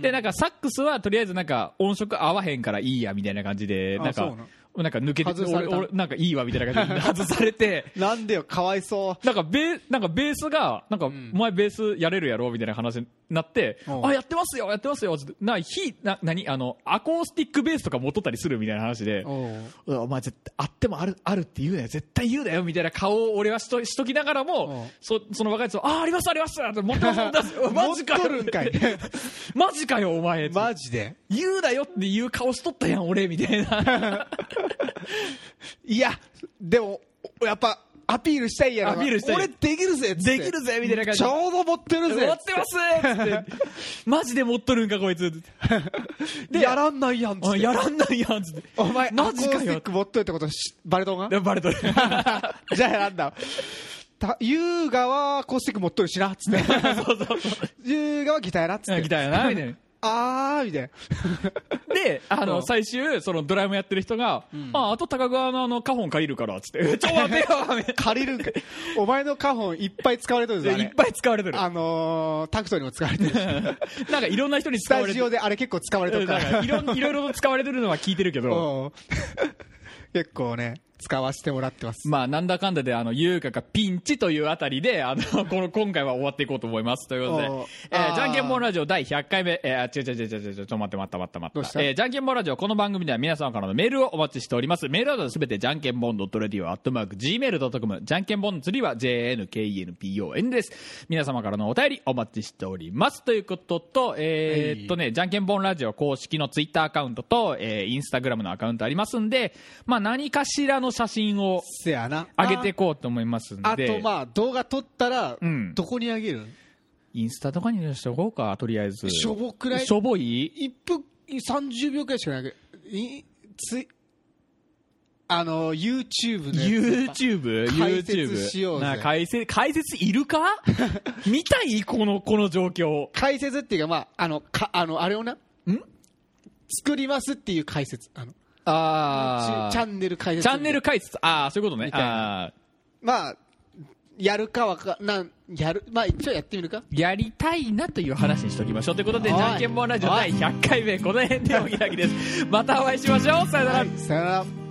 Speaker 1: でなんかサックスはとりあえずなんか音色合わへんからいいやみたいな感じで
Speaker 3: あ
Speaker 1: なん
Speaker 3: そう
Speaker 1: かなんか抜けて
Speaker 3: 外された
Speaker 1: 俺俺なんかいいわみたいな感じで外されて
Speaker 3: なんでよかわいそ
Speaker 1: なんかベーなんかベースが、なんか、お前ベースやれるやろみたいな話になって、
Speaker 3: うん
Speaker 1: あ、やってますよ、やってますよ、つってな、火、な、何あの、アコースティックベースとか持っとったりするみたいな話で [laughs]
Speaker 3: う、お
Speaker 1: う
Speaker 3: う
Speaker 1: わお前絶対、あってもある、あるって言うなよ、絶対言うなよ、みたいな顔を俺はしとしときながら
Speaker 3: うん
Speaker 1: も、そその若い人は、あ、あります、ありますって持って
Speaker 3: [laughs]
Speaker 1: ます、持ってますうわ、マジか
Speaker 3: 持っと
Speaker 1: よ
Speaker 3: るんかい
Speaker 1: マジかよ、お前。
Speaker 3: マジで
Speaker 1: 言うなよっていう顔しと
Speaker 3: [laughs]
Speaker 1: ったやん、俺、みたいな。
Speaker 3: いやでもやっぱアピールしたいやろ
Speaker 1: アピールしたい
Speaker 3: 俺できるぜっつって
Speaker 1: できるぜみたいな感じ
Speaker 3: ちょうど持ってるぜ
Speaker 1: 持ってますっつってマジで持っとるんかこいつって
Speaker 3: でやらんないやんっつっ
Speaker 1: あ
Speaker 3: て
Speaker 1: やらんないやんつって
Speaker 3: お前
Speaker 1: マジ
Speaker 3: アコー
Speaker 1: か
Speaker 3: スティッ
Speaker 1: よ
Speaker 3: ク持っといってことしバレとんが
Speaker 1: でバレ
Speaker 3: [laughs]
Speaker 1: とる
Speaker 3: じゃあやらんだた優雅はアコースティック持っとるしなっつって
Speaker 1: そうそうそう
Speaker 3: 優雅はギターやなっつっ
Speaker 1: 来
Speaker 3: て
Speaker 1: たよ
Speaker 3: [laughs]
Speaker 1: なみたいな
Speaker 3: あーみた
Speaker 1: [laughs]
Speaker 3: いな
Speaker 1: で、あ
Speaker 3: う
Speaker 1: の、
Speaker 3: ん
Speaker 1: 最終、そのドラムやってる人が、あ、あと高川のあの、カホン借りるから、つ
Speaker 3: [laughs]
Speaker 1: って、ちょ、待てよ、みたい
Speaker 3: 借りるんかいお前のカホンいっぱい使われてるぞあ
Speaker 1: なでい
Speaker 3: れ
Speaker 1: っぱい使われてる。
Speaker 3: あのータクトにも使われてるし
Speaker 1: なんかいろんな人に
Speaker 3: ス
Speaker 1: 使わ
Speaker 3: タ
Speaker 1: れて
Speaker 3: ジ
Speaker 1: る
Speaker 3: オ。であれ結構使われて
Speaker 1: うん
Speaker 3: る
Speaker 1: だ
Speaker 3: か
Speaker 1: かららいろんいろいろ使われてるのは聞いてるけど、
Speaker 3: [laughs] うん結構ね使わせてもらってます
Speaker 1: まあ、なんだかんだで、あの、優香がピンチというあたりで、あ
Speaker 3: [laughs]
Speaker 1: の、この、今回は終わっていこうと思います。ということで
Speaker 3: おう、
Speaker 1: え
Speaker 3: あー
Speaker 1: ー、じゃんけんぽんラジオ第100回目、えー、あ違う違う違う違う違う、ちょっと待って待った待った待
Speaker 3: どう
Speaker 1: っ。
Speaker 3: したた
Speaker 1: えー、じゃんけんぽんラジオ、この番組では皆様からのメールをお待ちしております。メールアドレスすべて、じゃんけんぽん .radio、アットマーク、gmail.com、じゃんけんぽんの釣りは、jnkenpon です。皆様からのお便りお待ちしております。ということと、えー
Speaker 3: はい
Speaker 1: っとね、じゃんけんぽんラジオ公式のツイッターアカウントと、えー、インスタグラムのアカウントありますんで、まあ、何かしらの写真を、
Speaker 3: せやな
Speaker 1: 上げていこうと思いますんで
Speaker 3: あとまあ動画撮ったら
Speaker 1: うん
Speaker 3: どこにあげる、
Speaker 1: インスタとかにしておこうかとりあえず
Speaker 3: しょぼくらい
Speaker 1: しょぼい
Speaker 3: 1分30秒くらいしかなくいついあの YouTube のやつ
Speaker 1: YouTube
Speaker 3: 解説しようぜ
Speaker 1: YouTube な解説解説いるか
Speaker 3: [laughs]
Speaker 1: 見たいこのこの状況
Speaker 3: 解説っていうかまああのかあのあれをなん作りますっていう解説あの
Speaker 1: あ
Speaker 3: チチャンネル解説
Speaker 1: チャンネル解説ああそういうことね
Speaker 3: みたい
Speaker 1: ああ
Speaker 3: まあやるかわかなんやるまあ一応やってみるか
Speaker 1: ーやりたいなという話にしておきましょうということで
Speaker 3: おい
Speaker 1: じゃんけんぽんラジオ第100回目この辺でお開きですまたお会いしましょうさよなら
Speaker 3: はいさよなら